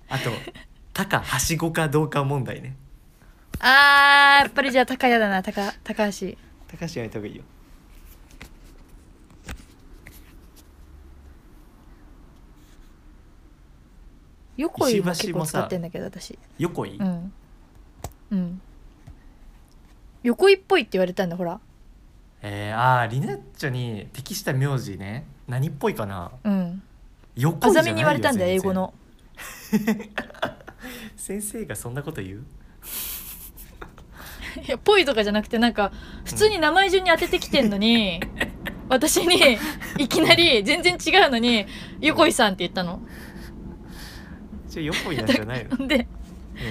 あ と「高はしごかどうか問題ね
あーやっぱりじゃあ高やだな高高橋
高橋やめた方がいいよ
横井も
石
結
橋も
構
さ
使ってんだけど私
横井、
うん、うん横井っぽいって言われたんだほら
えー、あーリナッチョに適した名字ね何っぽいかな
うん
横
あ
井じ
ざ
ゃない
みに
よ
言われたんだ
全
よ英
然
語の
先生がそんなこと言う
いやぽいとかじゃなくてなんか普通に名前順に当ててきてんのに私にいきなり全然違うのに「横井さん」って言ったの。
じゃあ横井なんじゃ ないの、
で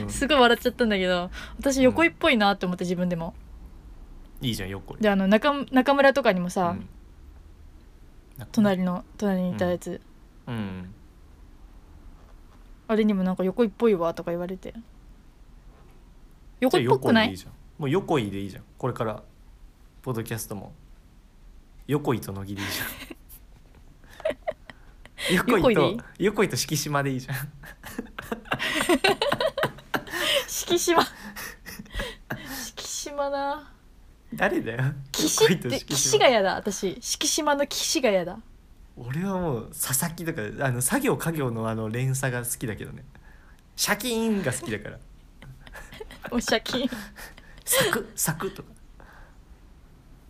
うん、
すごい笑っちゃったんだけど私横井っぽいなって思って自分でも。
いいじゃん横井
であの中中村とかにも
う
さ、
んなんか
隣の隣にいたやつ、
うん
あれにもなんか横井っぽいわとか言われて横井っぽく
じゃ
な
あ横井で
い
いいじゃんもう横井でいいじゃんこれからポッドキャストも横井と乃木でいいじゃ ん横井
横井でい
と
い
横井と敷島でいいじゃん
敷島 敷島な
誰だよ
岸っ
横井と
て
敷
岸
島
が嫌だ私敷島の岸が嫌だ
俺はもう佐々木とかあの作業家業のあの連鎖が好きだけどねシャキーンが好きだから
お借 金
サ クサクとか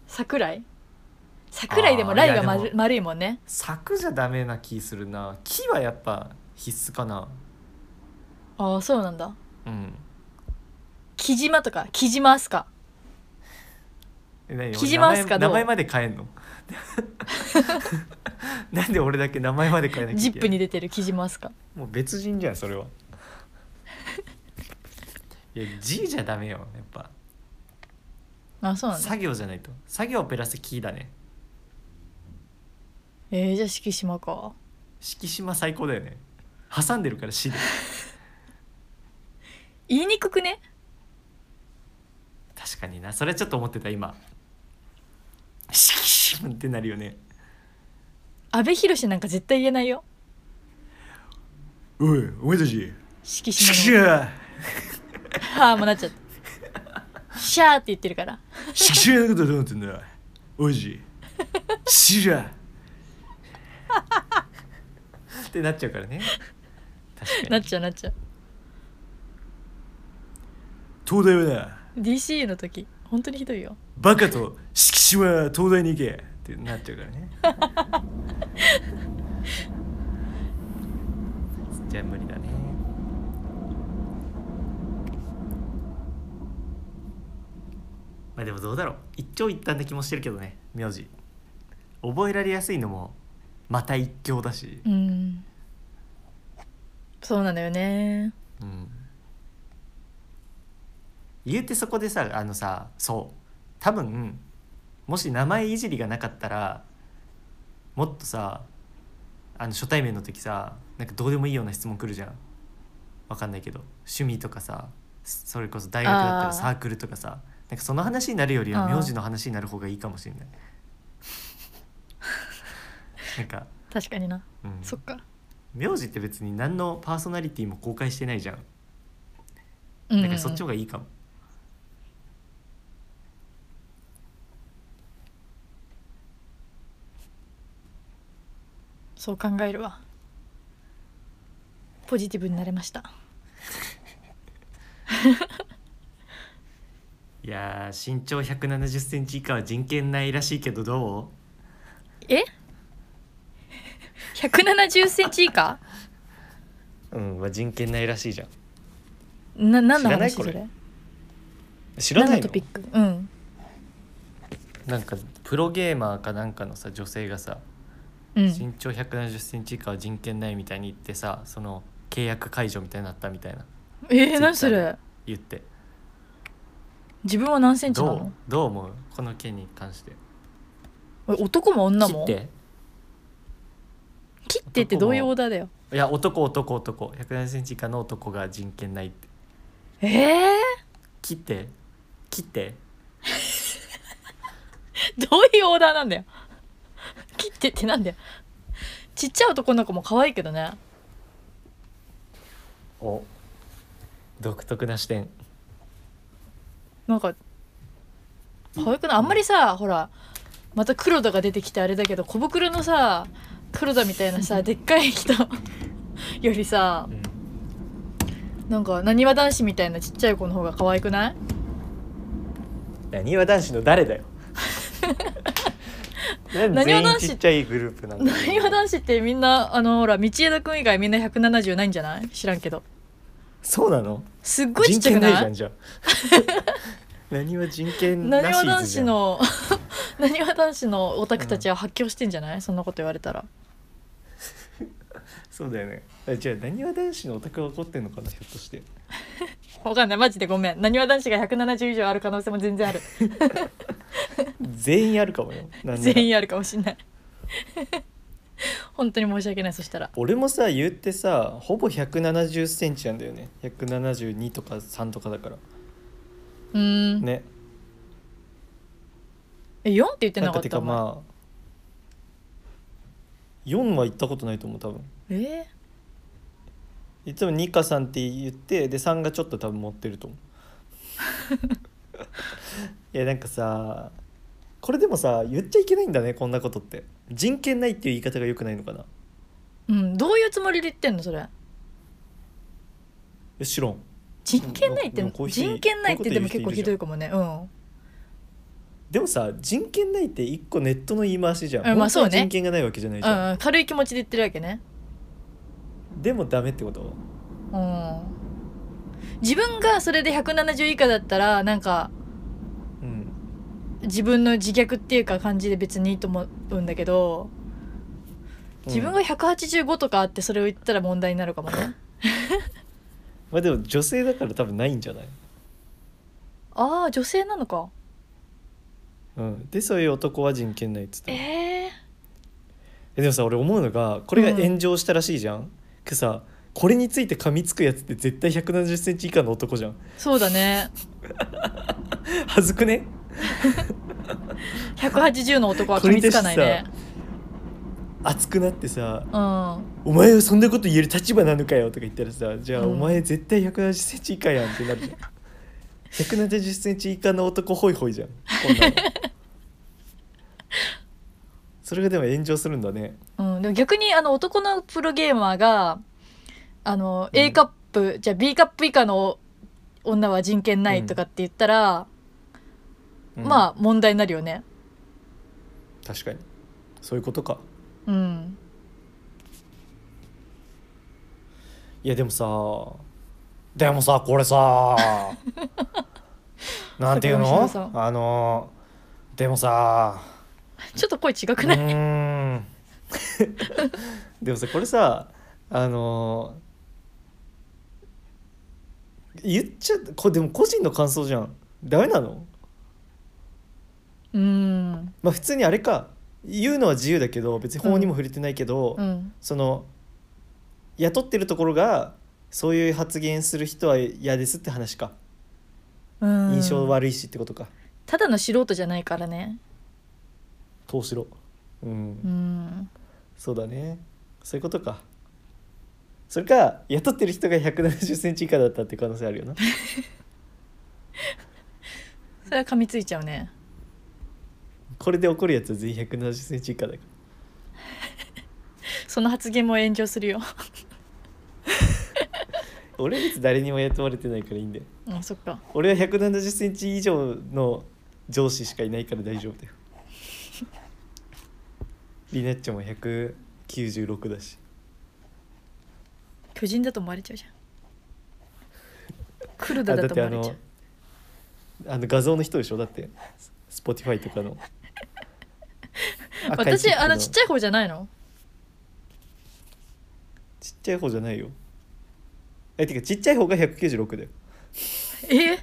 桜井桜井でもライが
いや
丸
でも
丸いもんね
サクじゃダメな気するな木はやっぱ必須かな
ああそうなんだ
うん
木島とか木島明日香
え何
木島明日香
俺名前
どう
名前まで変えんの なんで俺だけ名前まで変えなきゃ
ジ
い
ッ
け
プ
ない
に出てる木島明日香
もう別人じゃんそれはいや G じゃダメよやっぱ
ああそうなんだ
作業じゃないと作業プラス木だね
えー、じゃあ敷島か
敷島最高だよね挟んでるから C で
言いにくくね
確かになそれちょっと思ってた今敷島ってなるよね
阿部寛なんか絶対言えないよ
おいお前たち
敷島のああもうなっちゃったシャーって言ってるから
敷島のことどうなってんだおじしらってなっちゃうからね確か
なっ
に
ちゃうなっちゃう
東大はな
DC の時本当にひどいよ
バカと敷島は東大に行けってなっちゃうからね じゃあ無理だねまあでもどうだろう一長一短な気もしてるけどね名字覚えられやすいのもまた一強だし
うんそうなんだよね
うん言うてそこでさあのさそう多分もし名前いじりがなかったらもっとさあの初対面の時さなんかどうでもいいような質問来るじゃんわかんないけど趣味とかさそれこそ大学だった
あー
らサークルとかさなんかその話になるより
あ
は
ー
名字の話になる方がいいかもし れないなんか、
確かにな
うん、
そっか
名字って別に何のパーソナリティも公開してないじゃん
うん
だからそっちの方がいいかも。
そう考えるわポジティブになれました
いやー身長170センチ以下は人権ないらしいけどど
え170センチ以下
ううん、まあ、人権ないらしいじゃん。
な何
知
の
らない
話そ
これ
れ
知ら
何
な
の
い
ト
の
ピックうん
なんかプロゲーマーかなんかのさ女性がさ、
うん
身長170センチ以下は人権ないみたいに言ってさその契約解除みたいになったみたいな
えー、何それ
言って
自分は何センチな
ど
の
うどう思うこの件に関して。
え男も女
切
も
って
切ってってどういうオーダーだよ
いや男男男170センチ以下の男が人権ないって
えー、
切って切って
どういうオーダーなんだよ切ってってなんだよちっちゃい男の子も可愛いけどね
お独特な視点。
なんか可愛くないあんまりさほらまた黒田が出てきてあれだけど小袋のさ 黒田みたいなさでっかい人よりさ
うん
なんかなにわ男子みたいなちっちゃい子の方が可愛くない
なにわ男子の誰だよ なんで
なにわ
全員
男子
ちっちゃいグループなんだ
なにわ男子ってみんなあのほら道枝くん以外みんな170ないんじゃない知らんけど
そうなの
すっごいちっ
人
ちゃ
権
く
ない
な
じゃ
い
んじゃ あなにわ人権
な
なしずじ
に
ゃ
わ
ん
男子のなにわ男子のオタクたちは発狂してんじゃない、そんなこと言われたら
そうだよねあじゃあなにわ男子のオタクが怒ってんのかなひょっとして
わかんないマジでごめんなにわ男子が170以上ある可能性も全然 ある
全員あるかもよなんなら
全員あるかもしんない 本当に申し訳ないそしたら
俺もさ言ってさほぼ1 7 0ンチなんだよね172とか3とかだから
うーん、
ね
え4って言って
な
なんか
か
ってた
か
お
まあ4は行ったことないと思う多分
前え
いつも2か3って言ってで3がちょっと多分持ってると思 ういやなんかさこれでもさ言っちゃいけないんだねこんなことって人権ないっていう言い方が良くないのかな
ーうんどういうつもりで言ってんのそれ
よしろん
人権ないっ
で
て
もこういう人
人権ないってでも
こういうこと
結構
言う人いるじゃん
ひどいかもねうん
でもさ人権ないって一個ネットの言い回しじゃん、
うんまあそうね
本当に人権がないわけじゃないじ
う
ゃん、
んうん、軽い気持ちで言ってるわけね、
でもダメってこと
うん、自分がそれで170以下だったらなんか
うん
自分の自虐っていうか感じで別にいいと思うんだけど自分が
うん
185とかあってそれを言ったら問題になるかもね
まあでも女性だから多分ないんじゃない、
ああ女性なのか
うん、でそういう男は人権ないっつってた
ええ
えでもさ俺思うのがこれが炎上したらしいじゃん、けどさこれについて噛みつくやつって絶対1 7 0センチ以下の男じゃん
そうだね
はずくね
180の男は噛みつかないね
熱くなってさ
うん
「お前はそんなこと言える立場なのかよ」とか言ったらさ「じゃあ
うん
お前絶対1 7 0センチ以下やん」ってなるじゃん1 7 0センチ以下の男ホイホイじゃんこんなのそれがでも炎上するんだね
うん、でも逆にあの男のプロゲーマーがあの
うん
A カップ、じゃあ B カップ以下の女は人権ないとかって言ったら、
うん
まあ問題になるよね。
確かにそういうことか
うん、
いやでもさでもさこれさ なんていう
坂
の
本さん
あのでもさ
ちょっと声違
う
くない、
ーん でもさこれさあの言っちゃこれでも個人の感想じゃんダメなの
うん
まあ普通にあれか言うのは自由だけど別に法にも触れてないけど、
うん
その雇ってるところがそういう発言する人は嫌ですって話か
うん、
印象悪いしってことか
ただの素人じゃないからね。
投資ろうん、
うん、
そうだねそういうことかそれか雇ってる人が1 7 0ンチ以下だったっていう可能性あるよな
それは噛みついちゃうね。
これで怒るやつは全員1 7 0ンチ以下だか
その発言も炎上するよ。
ら俺別に誰にも雇われてないからいいんで
うん、そっか。
俺は1 7 0ンチ以上の上司しかいないから大丈夫だよリナッチョも196だし
巨人だと思われちゃうじゃん。クルダ
あだ
だ
っ
と
て
思
あ
われちゃ
の
う。
あの画像の人でしょだってスポティファイとか の赤いチッ
私
プ
あのちっちゃい方じゃないの？
ちっちゃい方じゃないよえてかちっちゃい方が196だよ
え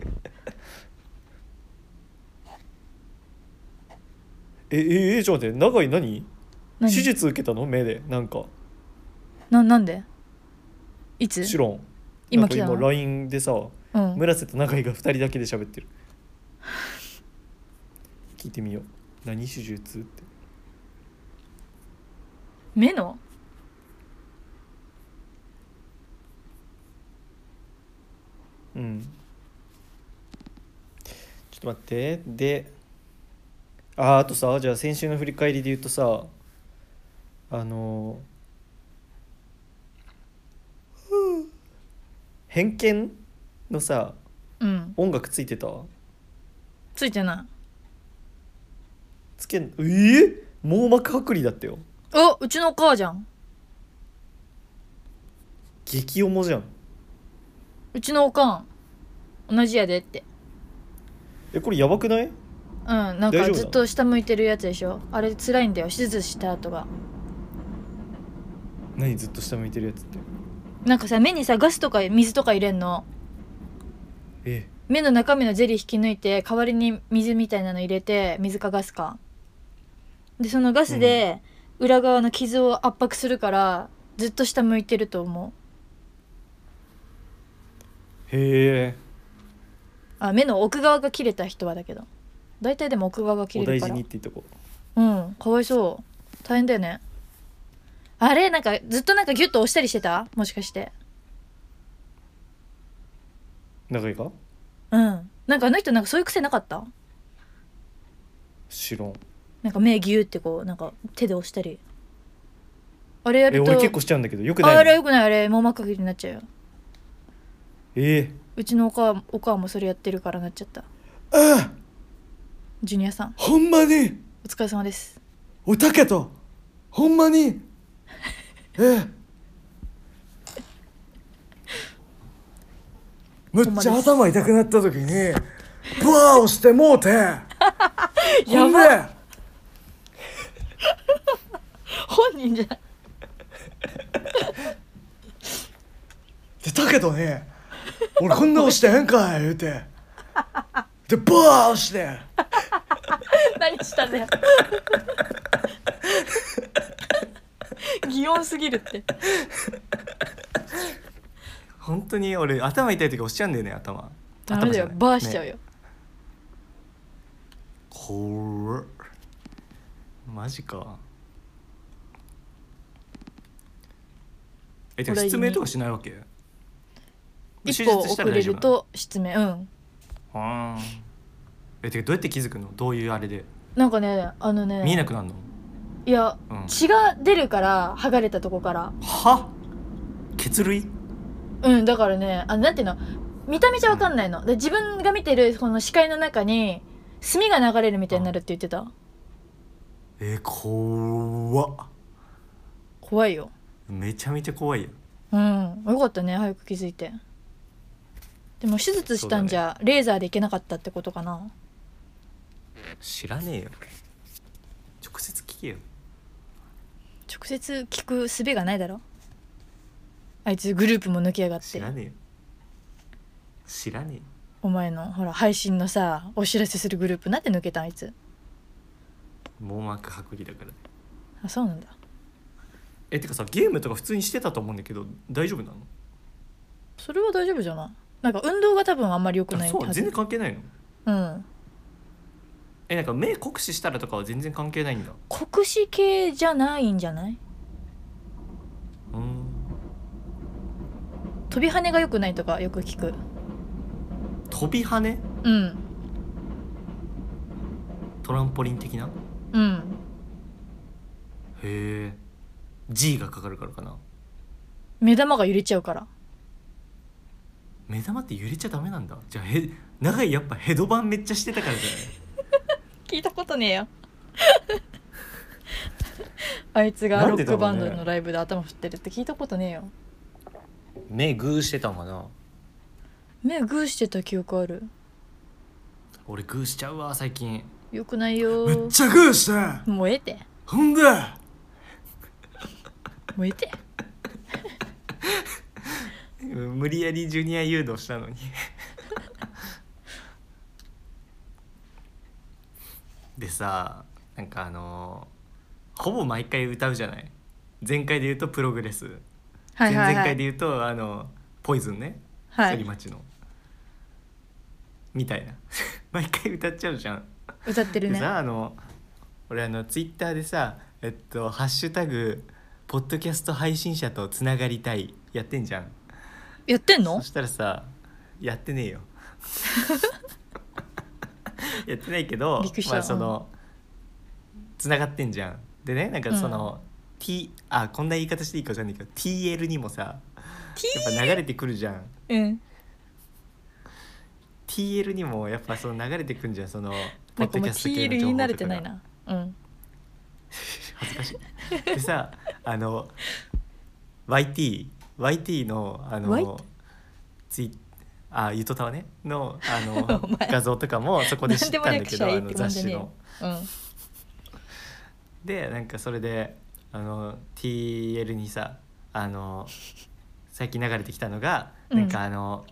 えええちょっと待って長井何
何
手術受けたの目でなんか
ななんでいつ
知らん
今
なんか
来たの
今 LINE でさ
うん、
村瀬と長井が2人だけで喋 ってる聞いてみよう何手術って
目の
うんちょっと待ってでああとさじゃあ先週の振り返りで言うとさあのー偏見のさ
うん
音楽ついてた
ついてな
つけんえー、網膜剥離だったよ
いおうちの母じゃん
激重じゃん
うちのおかん同じやでって
えこれやばくない
うんなん
大丈夫な
か
の
ずっと下向いてるやつでしょあれ辛いんだよ手術した後が
何ずっと下向いてるやつって
なんかさ目にさガスとか水とか入れんの
え
目の中身のゼリー引き抜いて代わりに水みたいなの入れて水かガスかでそのガスで裏側の傷を圧迫するからずっと下向いてると思う
へえ
あ目の奥側が切れた人はだけど大体でも奥側が切
お
れ
大
るか
事
ら
にって言っとこ
うんかわいそう大変だよねあれなんかずっとなんかギュッと押したりしてたもしかして
う長いか
うんなんかあの人なんかそういう癖なかった
知らん
なんか目ギューってこうなんか手で押したりあれや
え
ると
俺結構しちゃうんだけどよく
あ
な
あ
い
れ
の
よくないあれ網膜かけになっちゃうよ
え
うちのおかおかんもそれやってるからなっちゃった
ー、ああ
ジュニアさん
ほんまに
お疲れ様です
おたけとほんまにええむ
んまです
痛くなった時にブワーをしても うてほんで
本人じゃない
で だけどね俺こんな押してへんかい言うてでブワーして
何したんだよ擬音すぎるって
本当に俺頭痛い時押しちゃうんだよね頭
ダメだよバーしちゃうよ、
怖っマジかえでも
これ
失明とかしないわけ
一歩遅れると失明うん
あーえてかどうやって気づくのどういうあれで、
なんかねあのね
見えなくなるの
いや、
うん
血が出るから剥がれたとこから
は血類
うんだからねあなんていうの見た目じゃわかんないので自分が見てるこの視界の中に墨が流れるみたいになるって言ってた
えー、怖っ
怖いよ
めちゃめちゃ怖いよ
うんよかったね早く気づいてでも手術したんじゃ、レーザーでいけなかったってことかな
知らねえよ直接聞けよ
直接聞く術がないだろあいつグループも抜きやがっ
知
て
らねえよ知らねえよ
お前のほら配信のさお知らせするグループなんで抜けたんあいつ
網膜剥離だから
あそうなんだ
えてかさゲームとか普通にしてたと思うんだけど大丈夫なの
それは大丈夫じゃないなんか運動が多分あんまり良く
あ
ない
そう
はず
全然関係ないの
うん
えなんか目酷使したらとかは全然関係ないんだ
酷使系じゃないんじゃない
うん
飛び跳ねが良くないとかよく聞く
飛び跳ね
うん
トランポリン的な
うん
へえ G がかかるからかな
目玉が揺れちゃうから
目玉って揺れちゃダメなんだじゃあへ長いやっぱヘドバンめっちゃしてたからじゃない
聞いたことねえよ あいつが
な
ロ
んで
ッ
だろ
ク
うね
バンドのライブで頭振ってるって聞いたことねえよ
目グーしてたのかな
目グーしてた記憶ある
俺グーしちゃうわ最近
よくないよ ー
ちゃグーした
もうええて
ほんで
もうええて
無理やりジュニア誘導したのにでさなんかあのーほぼ毎回歌うじゃない前回で言うと「プログレス」
はいは
前々
いは
回で
い
言うと「あのポイズンね」
は
反
い
町のみたいな 毎回歌っちゃうじゃん。
歌ってる
で
ね
さあの俺あのツイッターでさ「えっとハッシュタグポッドキャスト配信者とつながりたい」やってんじゃん。
やってんの
そしたらさやってねえ よやってないけど
びっくりした
まあ、そのつながってんじゃんでねなんかその、T あこんな言い方していいかわかんないけど TL にもさっぱ流れてくるじゃん
うん。
TL にもやっぱその流れてくんじゃんそのポッ
なんか
ド
も
キ
う
ャスト系
TL
の
に
情報
慣れ
と
て
か
ない
が
な。うん。
恥ずかしいでさあの YT YT のあの
White？
ツイあゆとたわねのあ
お
の
前
画像とかもそこで知ったんだ
なんでも略
け
しゃ
ど
いい
あ
っ
の
ても
雑
んじゃ
誌
ねえ
の
よ。うん。
でなんかそれであの TL にさあの最近流れてきたのが、
うん
なんかあの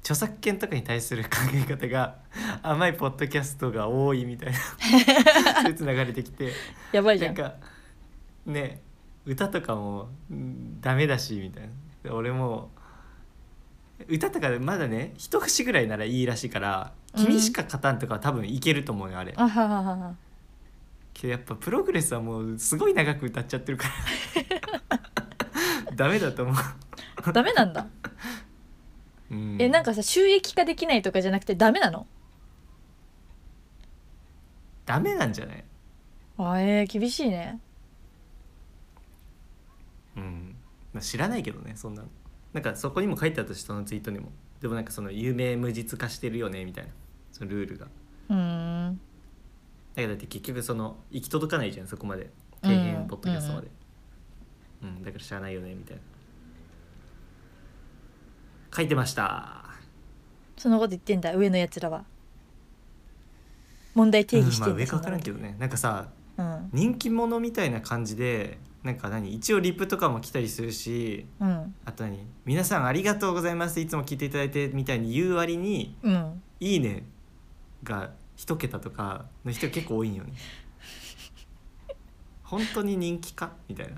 著作権とかに対する考え方が甘いポッドキャストが多いみたい なそういうやつ流れてきて
やばいじ
なん
ゃん。
かね歌とかもんダメだしみたいな俺もう歌とかでまだね一節ぐらいならいいらしいから「
うん
君しか勝たん」とかは多分いけると思うよあれ、
あはははは。
けどやっぱプログレスはもうすごい長く歌っちゃってるから ダメだと思
ダメなんだ。
う、うん、
えなんかさ収益化できないとかじゃなくてダメなの？
ダメなんじゃない、
あえー、厳しいね。
うん、まあ知らないけどねそんなのなんかそこにも書いてあったしそのツイートにもでもなんかその有名無実化してるよねみたいなそのルールが
うーん。
だけどだって結局その行き届かないじゃんそこまで
うん
底辺ポッドキャストまで、うんだから知らないよねみたいな書いてました
そのこと言ってんだ上のやつらは。問題定義して
うんんまあ、
だ
上か分からんけ
ど。
どねなんかさ
うん。
人気者みたいな感じでなんか何一応リプとかも来たりするし
うん。
あと何「皆さんありがとうございますいつも聞いていただいて」みたいに言う割に
うん。
「いいね」が一桁とかの人結構多いん よね本当に人気かみたいな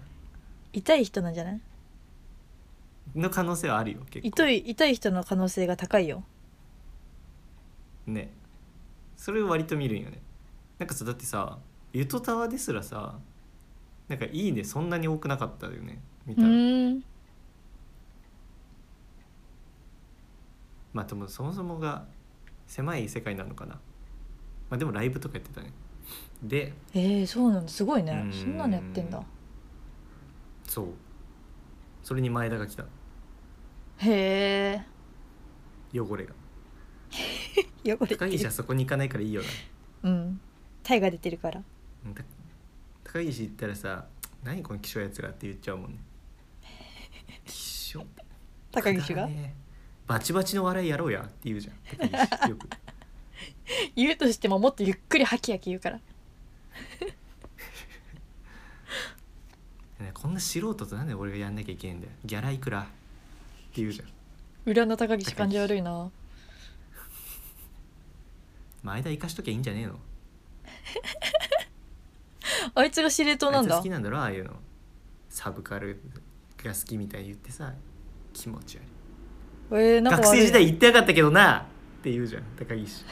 痛い人なんじゃない？
の可能性はあるよ結構
痛い痛い人の可能性が高いよ。
ねそれを割と見るんよねなんかさだってさゆとたわですらさなんか「いいね」そんなに多くなかったよねみ
う
たいな、
ーん。
まあでもそもそもが狭い世界なのかなまあでもライブとかやってたねで
えー、そうなんだすごいね
う。ん
そんなのやってんだ。
そうそれに前田が来た
へ
汚れが
え。汚れ
高
て
岸
る
は。そこに行かないからいいよな
うん。タイが出てるから。
うんた高岸行ったらさ「何この気象やつら」って言っちゃうも んね気象
高岸が
くだらねえバチバチの笑いやろうやって言うじゃん高岸よ く
言うとしてももっとゆっくりハキハキ言うから
ねこんな素人となんで俺がやんなきゃいけないんだよギャラいくらって言うじゃん
裏の高岸感じ悪いな
前田生かしときゃいいんじゃねえの
あいつが司令塔
あ
ないん
つは
だ
好きなんだろああいうのサブカルが好きみたいに言ってさ気持ち悪い
えー、なんか
学
悪い
生時代言ってなかったけどなって言うじゃん高 岸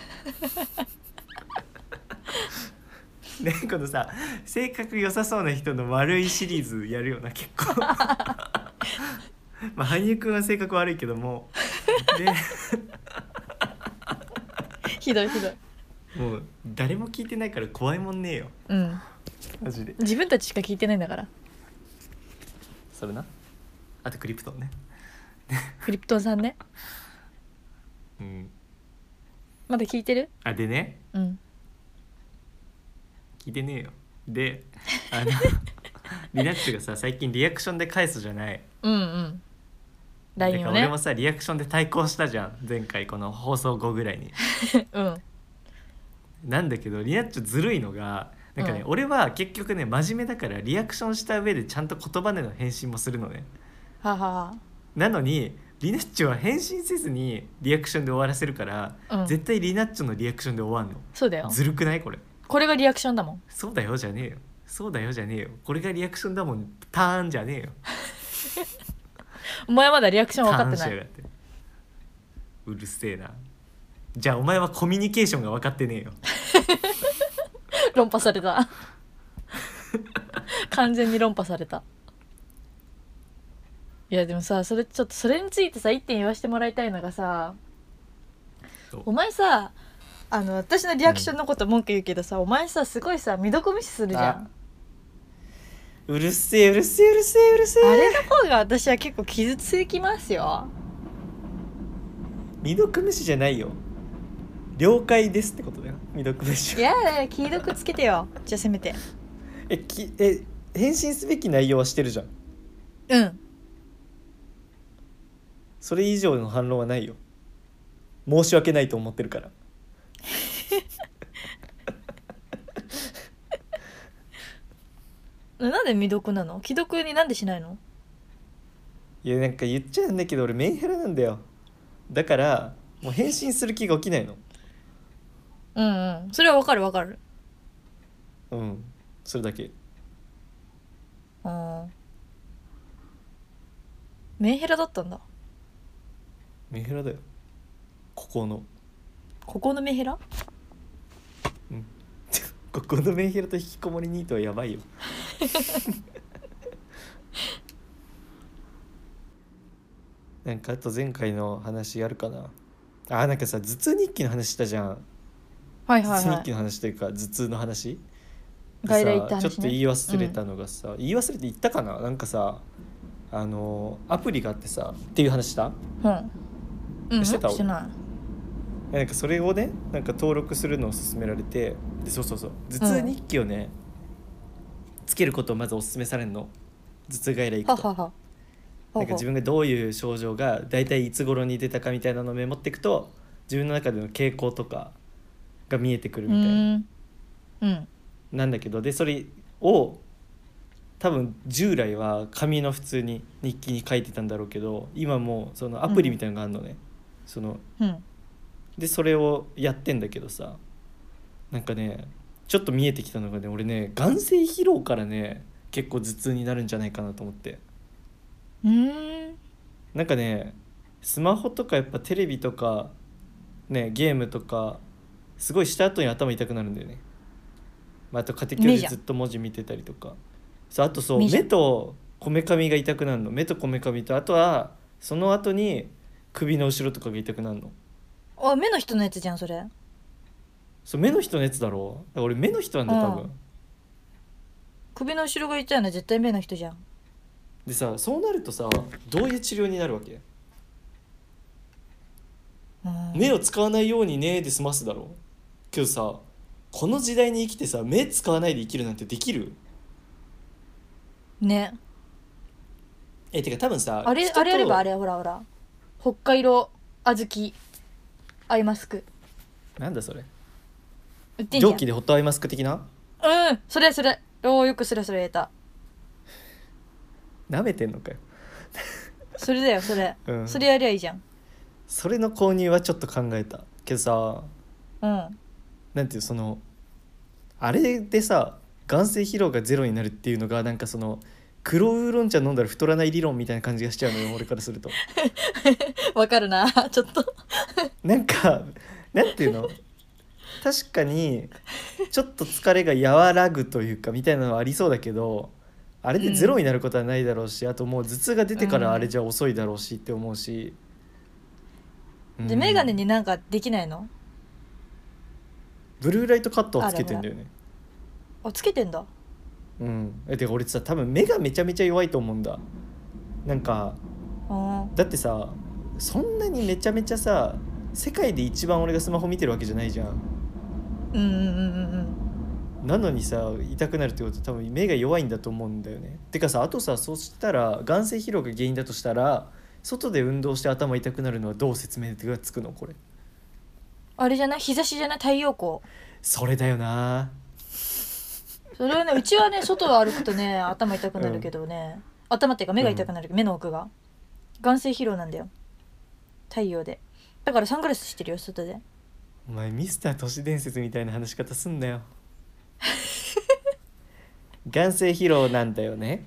ねこのさ性格良さそうな人の悪いシリーズやるよな結 構まあ羽生くんは性格悪いけども
ひどいひどい
でもう誰も聞いてないから怖いもんねえよ
うん
マジで
自分たちしか聞いてないんだから
それなあとクリプトンね
クリプトンさんね
うん
まだ聞いてる
あでね
うん
聞いてねえよであのリラックがさ最近リアクションで返すじゃない
うんうん
だか
LINE
ら
を
俺
ね
もさリアクションで対抗したじゃん前回この放送後ぐらいに
うん
なんだけどリナッチョずるいのがなんかね、
うん
俺は結局ね真面目だからリアクションした上でちゃんと言葉での返信もするのね
ははは
なのにリナッチョは返信せずにリアクションで終わらせるから、
うん
絶対リナッチョのリアクションで終わんの
そうだよ
ずるくないこれ
これがリアクションだもん
そうだよじゃねえよそうだよじゃねえよこれがリアクションだもんターンじゃねえよ
お前まだリアクション分かって
ターンしや
ない
がってうるせえなじゃあお前はコミュニケーションが分かってねえ よ
論破された 完全に論破されたいやでもさそれちょっとそれについてさ一点言わせてもらいたいのがさ
そう
お前さあの私のリアクションのこと文句言うけどさ、お前さすごいさ未読無視するじゃん
うるせえうるせえうるせえうるせ
あ
え
れの方が私は結構傷つきますよ
未読無視じゃないよ了解ですってことだよ未読無視
いやだよ既読つけてよじゃあせめて
えきえ返信すべき内容はしてるじゃん
うん
それ以上の反論はないよ申し訳ないと思ってるから
ななんで未読なの既読になんでしないの
いやなんか言っちゃうんだけど俺メンヘラなんだよだからもう返信する気が起きないの
うんうんそれはわかるわかる
うんそれだけ
うんメンヘラだったんだ
メンヘラだよここの
ここのメンヘラ
ここのメンヘラと引きこもりニートはやば いよなんかあと前回の話やるかなあなんかさ頭痛日記の話したじゃん
はい
頭
はい
痛
は
日記の話というか頭痛の話
い外来行った
さちょっ
話
と言
ね
い忘れたのがさ、言い忘れて言ったかななんかさあのアプリがあってさっていう話した
うんうん
してた
してない
なんかそれをねなんか登録するのを勧められてでそうそうそう頭痛日記をね、つけることをまずお勧めされるの頭痛外来行
は
くと
はは
なんか自分がどういう症状が大体いつ頃に出たかみたいなのをメモっていくと自分の中での傾向とかが見えてくるみたいな
分うんうん
なんだけどでそれを多分従来は紙の普通に日記に書いてたんだろうけど今もうそのアプリみたいなのがあるのね、その
うん
でそれをやってんだけどさなんかねちょっと見えてきたのがね俺ね眼性疲労からね結構頭痛になるんじゃないかなと思って
うーん
なんかねスマホとかやっぱテレビとかねゲームとかすごいした後に頭痛くなるんだよね、まあ、あと家庭教
目
師
じゃん
ずっと文字見てたりとかそうあとそう
目じゃん
目とこめかみが痛くなるの目とこめかみとあとはその後に首の後ろとかが痛くなるの
あ目の人のやつじゃんそれ
そう目の人のやつだろだから俺目の人なんだ多分、
うん首の後ろが痛いのは絶対目の人じゃん
でさそうなるとさどういう治療になるわけ
うん
目を使わないようにねで済ますだろけどさこの時代に生きてさ目使わないで生きるなんてできる
ね
えてか多分さ
あれ
人と
あれやればあれほらほら北海道小豆アイマスク
なんだそれ
売ってんじゃん
蒸気でホットアイマスク的な
うんそれそれおーよくそれそれ言えた
なめてんのかよ、
それだよそれ、
うん、
それやりゃいいじゃん
それの購入はちょっと考えたけどさ
うん
なんていうそのあれでさ眼性疲労がゼロになるっていうのがなんかその黒ウーロン茶飲んだら太らない理論みたいな感じがしちゃうのよ俺からすると
わかるな ちょっと
なんかなんていうの確かにちょっと疲れが和らぐというかみたいなのはありそうだけどあれでゼロになることはないだろうし、あともう頭痛が出てからあれじゃ遅いだろうしって思うし、
で
うん
眼鏡になんかできないの
ブルーライトカットをつけてんだよね
あつけてんだ
うんえてか俺さ多分目がめちゃめちゃ弱いと思うんだなんか
うん
だってさそんなにめちゃめちゃさ世界で一番俺がスマホ見てるわけじゃないじゃん
うんうんうんうんうん
なのにさ痛くなるってことは多分目が弱いんだと思うんだよね。てかさあとさそしたら眼性疲労が原因だとしたら外で運動して頭痛くなるのはどう説明がつくのこれ
あれじゃない日差しじゃない太陽光
それだよな
それはねうちはね外を歩くとね頭痛くなるけどね、頭っていうか目が痛くなるけど、目の奥が眼性疲労なんだよ太陽でだからサングラスしてるよ外で
お前ミスター都市伝説みたいな話し方すんなよ眼性疲労なんだよね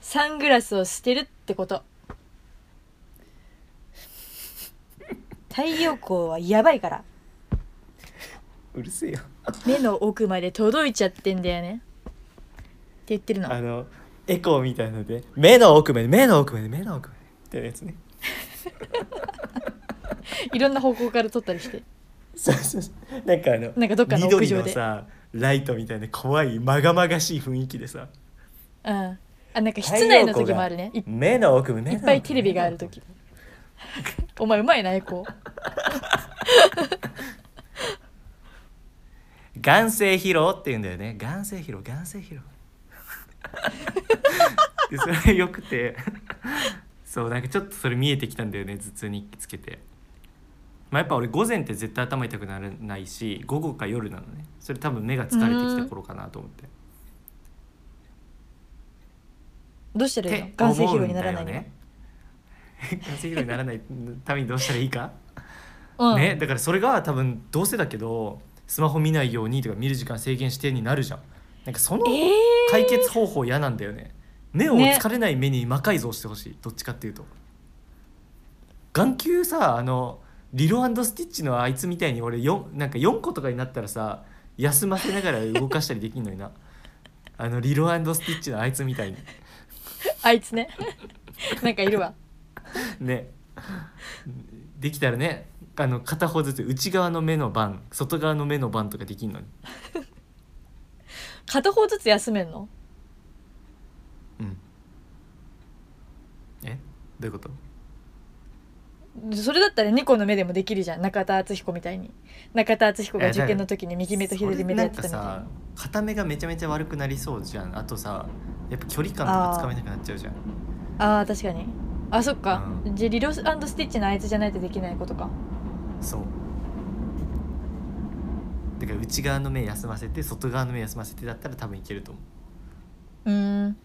サングラスをしてるってこと太陽光はやばいから
うるせえよ
目の奥まで届いちゃってんだよねって言ってるの
あのエコーみたいので目の奥まで目の奥まで目の奥までってやつね
いろんな方向から撮ったりして
そうそうそうなんかあの
なんかどっかの屋上で
緑のさライトみたいな怖いまがまがしい雰囲気でさ
うんあなんか室内の時もあるねいっ
目の奥目の奥
いっぱいテレビがある時お前うまいなエコー
眼性疲労って言うんだよね眼性疲労眼性疲労でそれよくてそうなんかちょっとそれ見えてきたんだよね頭痛につけて、まあ、やっぱ俺午前って絶対頭痛くならないし午後か夜なのねそれ多分目が疲れてきた頃かなと思って
どうしたらいいの
って
眼性
思
疲
う
労
ん
にな
だ
らな
よ
いの、
ね眼性疲労にならないためにどうしたらいいか
うん、
ね、だからそれが多分どうせだけどスマホ見ないようにとか見る時間制限してになるじゃんなんかその
えー
解決方法嫌なんだよね、目を
ね
疲れない目に魔改造してほしいどっちかっていうと眼球さあのリロスティッチのあいつみたいに俺よなんか4個とかになったらさ休ませながら動かしたりできんのになあのリロスティッチのあいつみたいに
あいつね なんかいるわ
ねできたらねあの片方ずつ内側の目の番外側の目の番とかできんのに
片方ずつ休めんの
うんえどういうこと
それだったら2個の目でもできるじゃん中田敦彦みたいに中田敦彦が
いやだから
受験の時に右目と左目でやってたみ
そ
た
れ
い
なん
な
かさ片目がめちゃめちゃ悪くなりそうじゃんあとさやっぱ距離感とかつかめなくなっちゃうじゃん
あー確かにあそっか、
う
じゃあリロススティッチのあいつじゃないとできないことか
そうだから内側の目休ませて外側の目休ませてだったら多分いけると思う
うー ん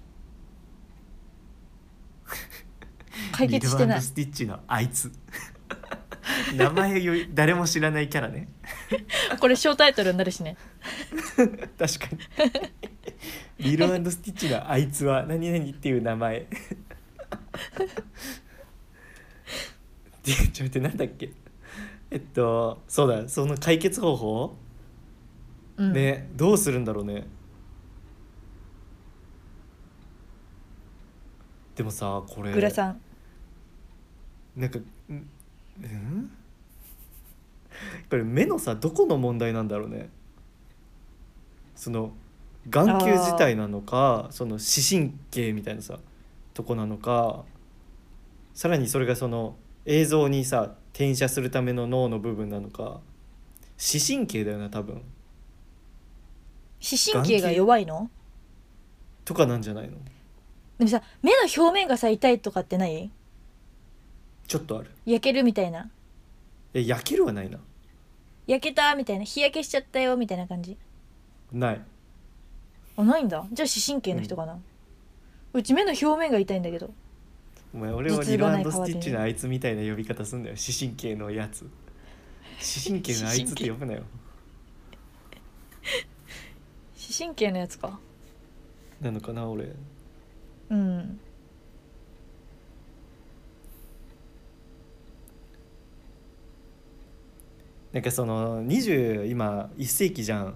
解決して
リ
な
ド
い
スティッチのあいつ 名前より誰も知らないキャラね
これ小タイトルになるしね
確かにリロスティッチのあいつは何々っていう名前でちょっと待ってなんだっけえっとそうだその解決方法、
うん、
ねどうするんだろうねでもさこれ
グラさん
なんかんうんこれ目のさどこの問題なんだろうねその眼球自体なのかその視神経みたいなさとこなのかさらにそれがその映像にさ転写するための脳の部分なのか視神経だよな多分
視神経が弱いの
とかなんじゃないの
でもさ目の表面がさ痛いとかってない
ちょっとある
焼けるみたいな
え焼けるはないな
焼けたみたいな日焼けしちゃったよみたいな感じ
ない
あないんだじゃあ視神経の人かな、うち目の表面が痛いんだけど
お前俺は
実
リロ
がない
スティッチのあいつみたいな呼び方すんだよ視神経のやつ視神経のあいつって呼ぶなよ
視神経のやつか
なのかな俺
うん
なんかその20今1世紀じゃん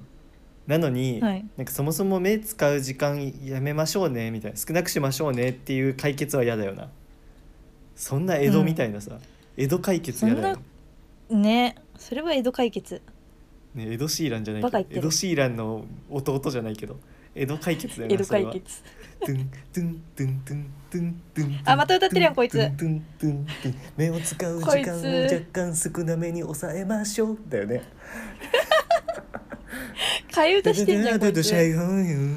なのに、
はい
なんかそもそも目使う時間やめましょうねみたいな少なくしましょうねっていう解決は嫌だよなそんな江戸みたいなさ、江戸解決嫌だよ
そんねそれは江戸解決
ね、江戸シーランじゃない
バカ
け
言
ど
ってる
江戸シーランの弟じゃないけど江戸解決だよな
江戸
それ
解
は
決
ドゥンドゥンドゥンドゥンドゥンドゥン
あまた歌ってるやんこいつ
ドゥンドゥンドゥンドゥン目を使う時間
こいつ
を若干少なめに抑えましょうだよね
替え歌してんじゃんこいつシェ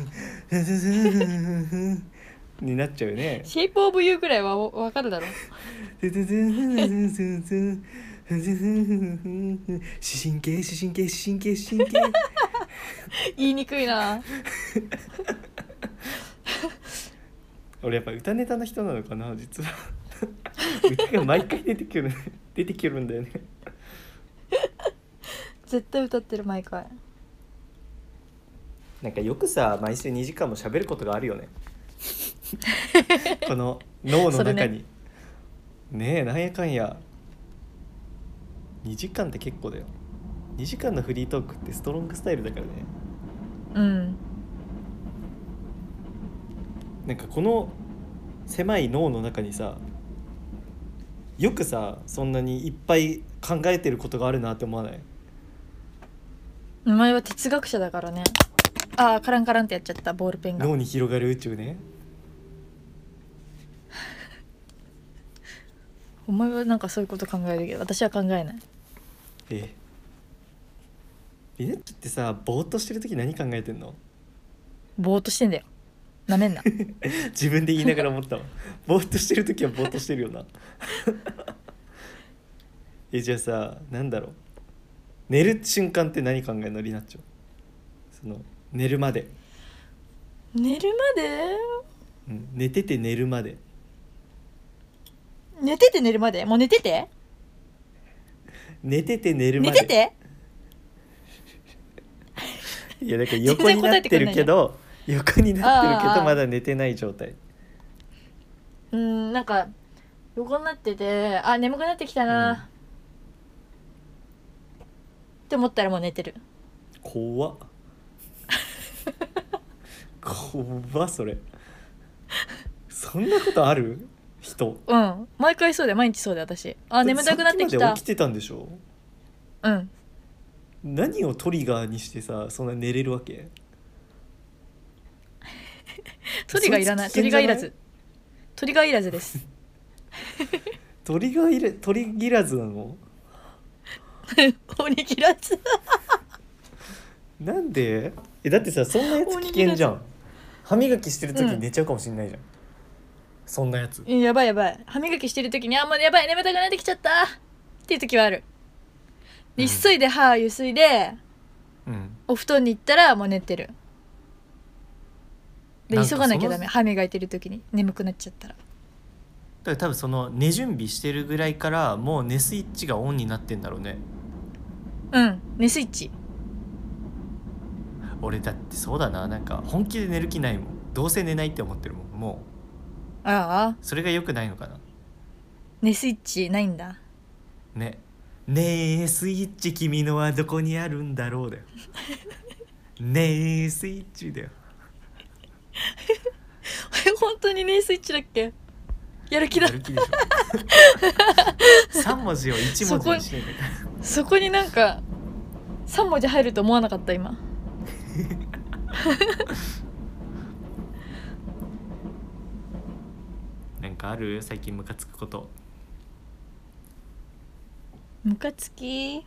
になっちゃうよね
イプオブユーぐらいは分かるだろ
視神経視神経視神経視神経
言いにくいな
俺やっぱ歌ネタの人なのかな実は歌が毎回出てくる出てくるんだよね
絶対歌ってる毎回
なんかよくさ毎週2時間も喋ることがあるよ ねこの脳の
それ
中
ね
にねえなんやかんや2時間って結構だよ2時間のフリートークってストロングスタイルだからね
うん
なんかこの狭い脳の中にさよくさそんなにいっぱい考えてることがあるなって思わない
お前は哲学者だからねああカランカランってやっちゃったボールペンが
脳に広がる宇宙ね
お前はなんかそういうこと考えるけど私は考えない
えリネッチってさぼーっとしてる時何考えてんの
ぼーっとしてんだよなめんな
自分で言いながら思ったわぼーっとしてる時はぼーっとしてるよ なえじゃあさなんだろう寝る瞬間って何考えるのリナッチョその寝るまで、
寝るまで
うん、寝てて寝るまで
寝てて寝るまでもう寝てて
寝てて寝るま
寝
で
てて
いやだから
全
横
然
に
答
なっ
えてく
て
れな
る
い
けど横になってるけ
あーあ
ど
ー
まだ寝てない状態
うんなんか横になっててあ眠くなってきたな、って思ったらもう寝てる
怖 っ怖っそれそんなことある人
うん毎回そうだよ毎日そうだよ私あ眠たくなってき
さっきま
た
で起きてたんでしょ
うん
何をトリガーにしてさそんな寝れるわけ
鳥がいらない
そいつ危険
鳥
じゃ
が
ない
いらず鳥がいらずです
トリガーいれトリギラズなの
鬼切らず
なんでえだってさそんなやつ危険じゃん歯磨きしてる時
うん
に寝ちゃうかもしんないじゃん、そんなやつ
やばいやばい歯磨きしてる時にあもうやばい眠たくなってきちゃったっていう時はあるで
うん
急いで歯ゆすいで
うん
お布団に行ったらもう寝てるで
なんか
急がなきゃダ
そ
メ
の
歯磨いてる時に眠くなっちゃったら
だから多分その寝準備してるぐらいからもう寝スイッチがオンになってんだろうね
うん寝スイッチ
俺だってそうだななんか本気で寝る気ないもんどうせ寝ないって思ってるもんも
ああ
うそれが良くないのかな
寝スイッチないんだ
ねねえスイッチ君のはどこにあるんだろうだよねえスイッチだよ
え本当にねスイッチだっけやる気だ
やる気でしょ3文字を1文字にしてんだか
そこになんか3文字入ると思わなかった今
らなんかある最近ムカつくこと
ムカつき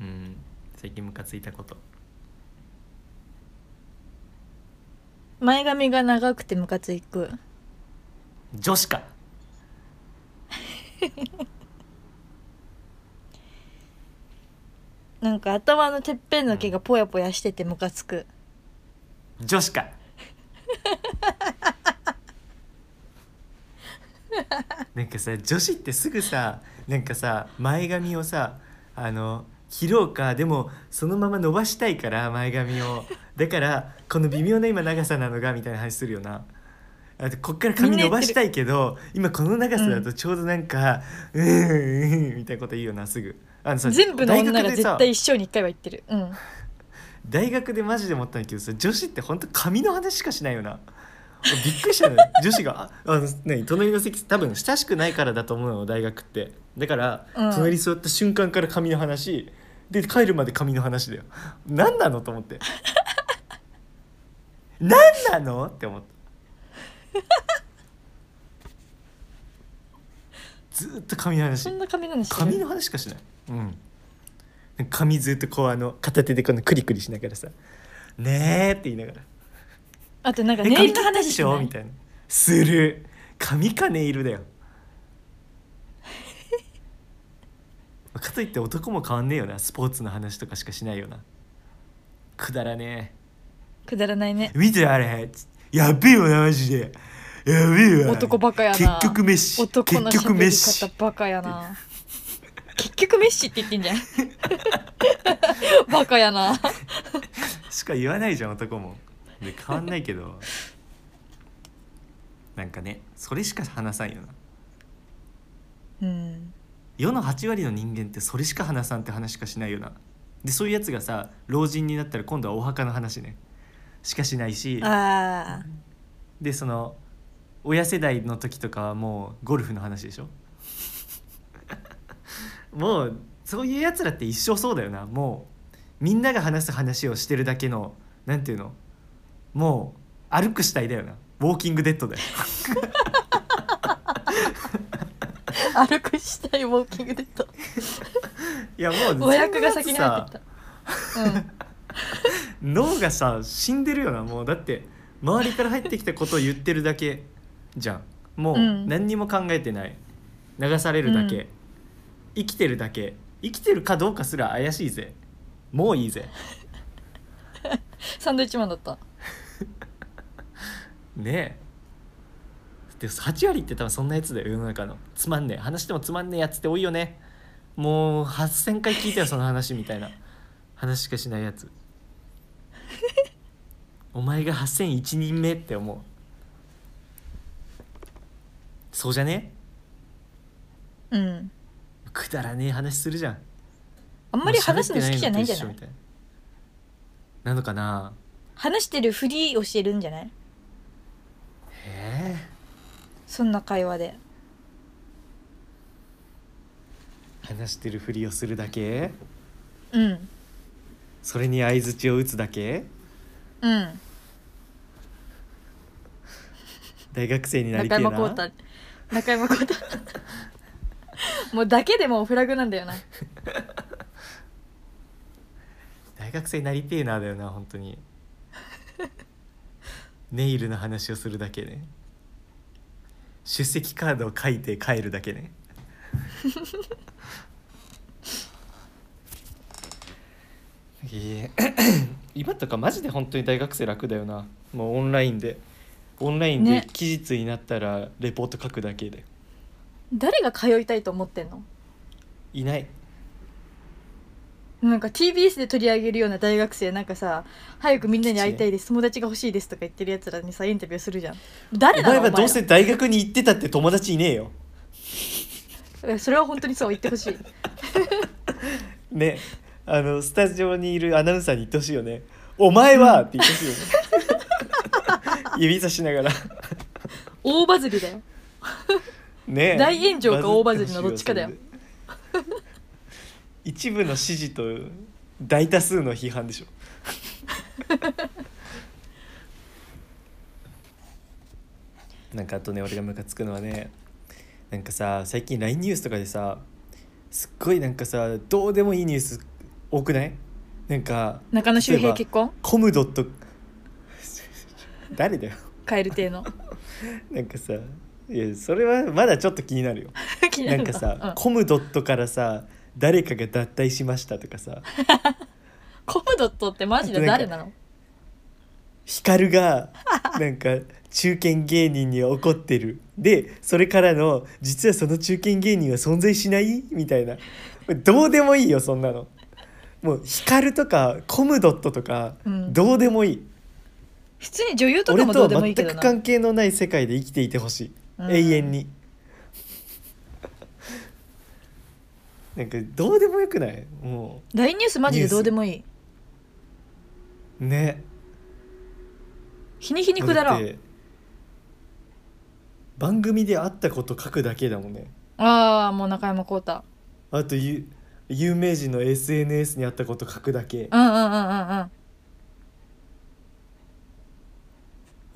うん最近ムカついたこと
前髪が長くてムカついく
女子か
なんか頭のてっぺんの毛がぽやぽやしててムカつく
女子 かなんかさ女子ってすぐさなんかさ前髪をさあの切ろうかでもそのまま伸ばしたいから前髪をだからこの微妙な今長さなのがみたいな話するよなあとこっから髪
みんな言
伸
っ
ば
てる
したいけど今この長さだとちょうどなんかうーんうーんみたいなこと言うよなすぐあのさ
全部の
大学
女が
で
絶
さ
対一生に1回は言ってるうん
大学でマジで思ったんだけどさ女子って本当髪の話しかしないよな俺びっくりしたのよ 女子がああの何隣の席多分親しくないからだと思うの大学ってだから、
うん
隣座った瞬間から髪の話で帰るまで髪の話だよ何なのと思って 何なのって思ったずーっと髪の話
そんな髪なのしてる
髪の話しかしない、うん、髪ずっとこうあの片手でこのクリクリしながらさ「ねえ」って言いながら
あとなん
「
か
え
ネイ
髪
ルの
切ったで
話し
し
な
ょ?」
い
みたいな「する髪かネイルだ よ」かといって男も変わんねえよなスポーツの話とかしかしないよなくだらね
くだらな いね
え見てあれやっべえわなマジでやべえわ
男バカやな
結局メッシ
男の
結局
喋
メッ
り
シ
方バカやな結局メッシって言ってんじゃん バカやな
しか言わないじゃん男もで変わんないけどなんかねそれしか話さんよな
うん
世の8割の人間ってそれしか話さんって話しかしないよなでそういうやつがさ老人になったら今度はお墓の話ねしかしないし
あー
でその親世代の時とかはもうゴルフの話でしょ もうそういうやつらって一生そうだよなもうみんなが話す話をしてるだけのなんていうのもう歩く死体だよなウォーキングデッドだよ
歩くしたいウォーキングデート
いやもう
お役が先に入ってきた、うん、
脳がさ死んでるよなもうだって周りから入ってきたことを言ってるだけじゃんもう
うん
何にも考えてない流されるだけ、
うん
生きてるだけ生きてるかどうかすら怪しいぜもういいぜ
サンドイッチマンだった
ねえで8割って多分そんなやつだよ世の中のつまんねえ話してもつまんねえやつって多いよねもう8,000回聞いたよその話みたいな話しかしないやつお前が8,001人目って思うそうじゃね
うん
くだらねえ話するじゃん
あんまり話すの好きじゃないんじゃない
もう喋ってのと一緒みたななのかな
話してるふりをしてるんじゃない
へえ
そんな会話で
話してるふりをするだけ
うん
それに相づちを打つだけ
うん
大学生になりて
中
えな
山浩太中山浩太もうだけでもうフラグなんだよな
大学生になりてえなだよな本当 にネイルの話をするだけね出席カードを書いて帰るだけね いえ 今とかマジで本当に大学生楽だよなもうオンラインでオンラインで
ね
期日になったらレポート書くだけで、
誰が通いたいと思ってんの
いない
なんか TBS で取り上げるような大学生なんかさ早くみんなに会いたいです友達が欲しいですとか言ってるやつらにさインタビューするじゃん誰
お
なの
前
お前
は
ら
どうせ大学に行ってたって友達いねえよ
えそれは本当にそう言って ほしい
ねあのスタジオにいるアナウンサーに言ってほしいよね「お前は!」って言ってほしいよね指差しながら
大バズりだよ
ね
大炎上か大バズ
っ
り
てほしいよ
のどっちかだよ
それで一部の支持と大多数の批判で しょなんかあとね俺がムカつくのはねなんかさ最近 LINE ニュースとかでさすっごいなんかさどうでもいいニュース多くないなんか
中野周
例え
平
ば
結婚
コムドット誰だよ
蛙 亭の
なんかさいやそれはまだちょっと気になるよ
気に
な
る
ん
の
かさ、
うん
コムドットからさ誰かが脱退しましたとかさ
コムドットってマジで誰なの
ヒカル がなんか中堅芸人に怒ってるでそれからの実はその中堅芸人は存在しないみたいなどうでもいいよそんなのもうヒカルとかコムドットとか、
うん
どうでもいい
普通に女優とか
俺
も
と
どう
は
でもい
全
いけど
く
な
関係のない世界で生きていてほしい、
うん
永遠に なんかどうでもよくないも
LINE ニュースマジでどうでもいいう
ね
日に日にくだら
だっ
ん
て番組で会ったこと書くだけだもんね
ああもう中山浩太
あとゆ有名人の SNS に会ったこと書くだけ
うんうんうんうんうん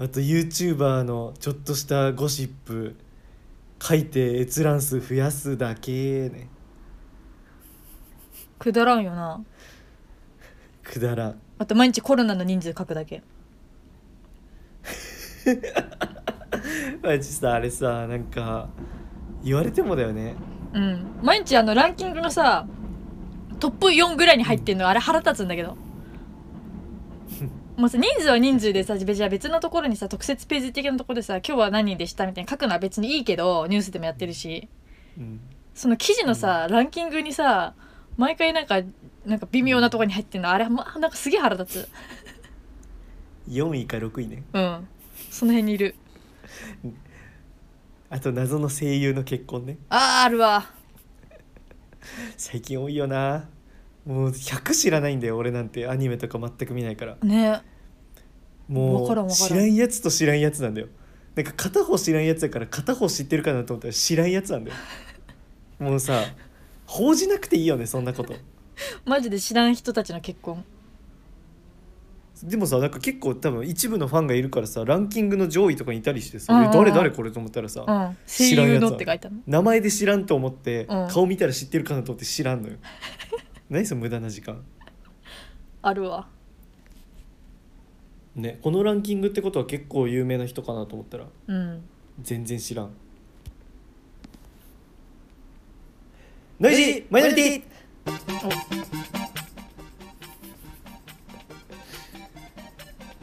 あと YouTuber のちょっとしたゴシップ書いて閲覧数増やすだけね
くだらんよな
くだらん
あと毎日コロナの人数書くだけ
マジさあれさなんか言われてもだよね
うん毎日あのランキングのさトップ4ぐらいに入ってんのあれ腹立つんだけ どもうさ人数は人数でさ別じゃあ別のところにさ特設ページ的なところでさ今日は何人でしたみたいに書くのは別にいいけどニュースでもやってるし
うん
その記事のさ、ランキングにさ毎回なんかなんか微妙なところに入ってんのあれ、ま、なんかすげえ腹立つ
4位か6位ね
うんその辺にいる
あと謎の声優の結婚ね
あーあるわ
最近多いよなもう100知らないんだよ俺なんてアニメとか全く見ないから
ね
も
わからん
う
わからん
知らんやつと知らんやつなんだよなんか片方知らんやつだから片方知ってるかなと思ったら知らんやつ なんだよもうさ報じなくていいよねそんなこと
マジで知らん人たちの結婚
でもさなんか結構多分一部のファンがいるからさランキングの上位とかにいたりしてさ「
うんうんうん
え誰誰これ?」と思ったらさ、
うん、声
知らんやつ
優
は
のって書いてあるの
名前で知らんと思って、
うん
顔見たら知ってるかなと思って知らんの よ何その無駄な時間
あるわ
ねこのランキングってことは結構有名な人かなと思ったら
うん
全然知らんノイジーマイノリティ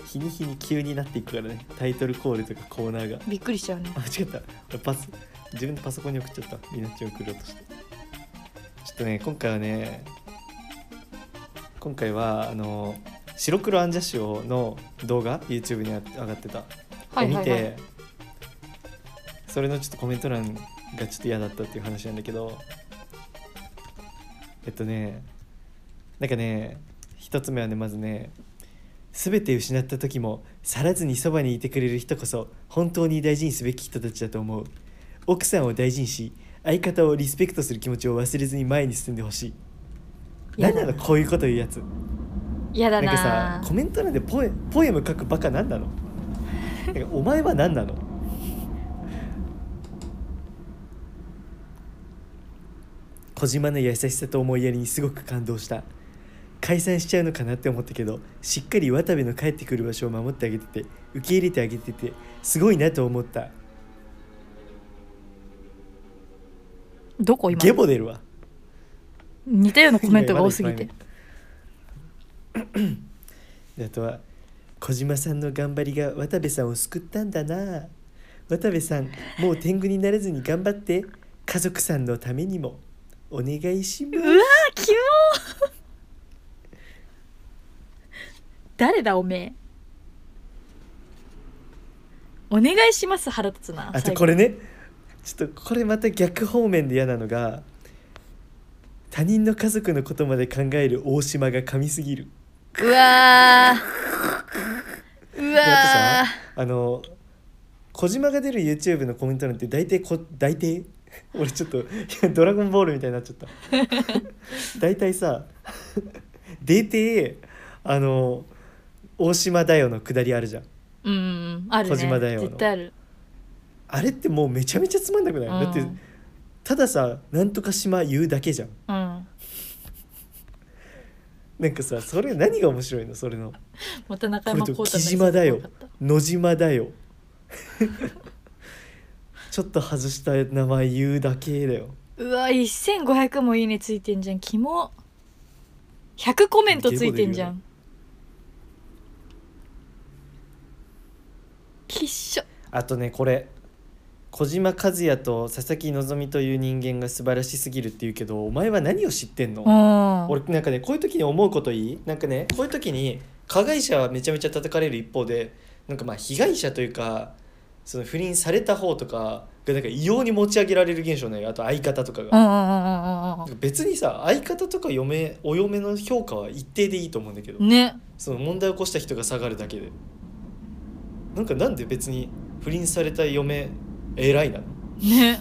日に日に急になっていくからねタイトルコールとかコーナーが
びっくりしちゃうね
あ間違った俺パス自分でパソコンに送っちゃったみなっちに送ろうとしてちょっとね今回はね今回はあの白黒アンジャッシュの動画 YouTube に上がってた
はいはいはい
見てそれのちょっとコメント欄がちょっと嫌だったっていう話なんだけどえっとねなんかね一つ目はねまずね全て失った時も去らずにそばにいてくれる人こそ本当に大事にすべき人たちだと思う奥さんを大事にし相方をリスペクトする気持ちを忘れずに前に進んでほしい
嫌
何
だ
なのこういうこと言うやつ
嫌
な
だ
ん
な
かさコメント欄でポエポエム書くバカなんなのなんかお前は何なの小島の優しさと思いやりにすごく感動した解散しちゃうのかなって思ったけどしっかり渡部の帰ってくる場所を守ってあげてて受け入れてあげててすごいなと思った
どこ今
ゲボ出るわ
似たようなコメントが多すぎて
いやまだいっぱいねであとは小島さんの頑張りが渡部さんを救ったんだな渡部さんもう天狗になれずに頑張って家族さんのためにもお願いしま
うわーキモー 誰だおめえお願いします腹立つな
あと
最後
これねちょっとこれまた逆方面で嫌なのが他人の家族のことまで考える大島が噛みすぎる
うわーう
であ
わ
とさあの小島が出る YouTube のコメント欄って大体こ大体 俺ちょっといやドラゴンボールみたいになっちゃった 大体さ 大体あの大島だよのくだりあるじゃん
ーうんあるね
小島だよ
絶対ある、
あれってもうめちゃめちゃつまんなくない、
う
だ
ん
ってたださなんとか島言うだけじゃん
うん、
なんかさそれ何が面白いのそれの
また中
これ
山
と
浩太
木
の
島だよ
やつ怖かっ
野島だよ ちょっと外した名前言うだけだよ
たうわ1500もいいねついてんじゃんキモ100コメントついてんじゃんきっしょ
あとねこれ小島和也と佐々木希という人間が素晴らしすぎるって言うけどお前は何を知ってんの、
うん
俺なんかねこういう時に思うこといいなんかねこういう時に加害者はめちゃめちゃ叩かれる一方でなんかまあ被害者というかその不倫された方とかがなんか異様に持ち上げられる現象ねあと相方とか
う
が。
んうんうんうんうん
別にさ相方とか嫁お嫁の評価は一定でいいと思うんだけど
うんね
その問題を起こした人が下がるだけでなんかなんで別に不倫された嫁偉いなの
ね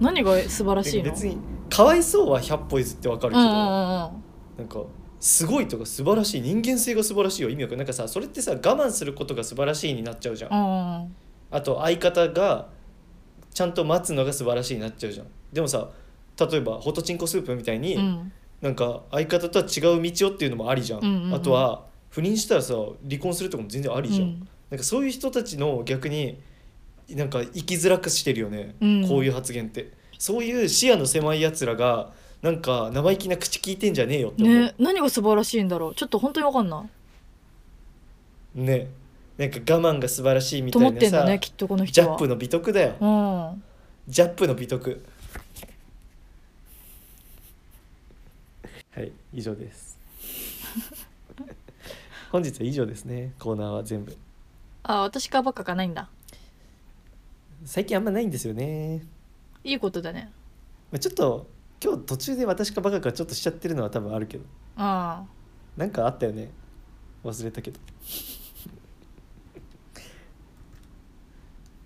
何が素晴らしいの
別にかわいそうは100歩譲ってわかる
うん
けど、
うんうんうん
なんかすごいとか素晴らしい人間性が素晴らしいよ意味わかんないなんかさそれってさ我慢することが素晴らしいになっちゃうじゃん、
うんうん
あと相方がちゃんと待つのが素晴らしいになっちゃうじゃんでもさ例えばホトチンコスープみたいに、
うん
なんか相方とは違う道をっていうのもありじゃん,、
うんうんうん
あとは不倫したらさ離婚するとかも全然ありじゃん、なんかそういう人たちの逆になんか生きづらくしてるよね、
うん
こういう発言ってそういう視野の狭いやつらがなんか生意気な口聞いてんじゃねえよって思う
ね何が素晴らしいんだろうちょっと本当にわかんない
ねなんか我慢が素晴らしいみ
と
た
思っ
い
て
なん
だ
さ、
ねきっとこの
ジ
人
ャッ
は
プの美徳だよ、
うん
ジャップの美徳はい以上です 本日は以上ですねコーナーは全部
あ私かばっかかないんだ
最近あんまないんですよね
いいことだね
まあ、ちょっと今日途中で私かバカかちょっとしちゃってるのは多分あるけど
うん
なんかあったよね忘れたけど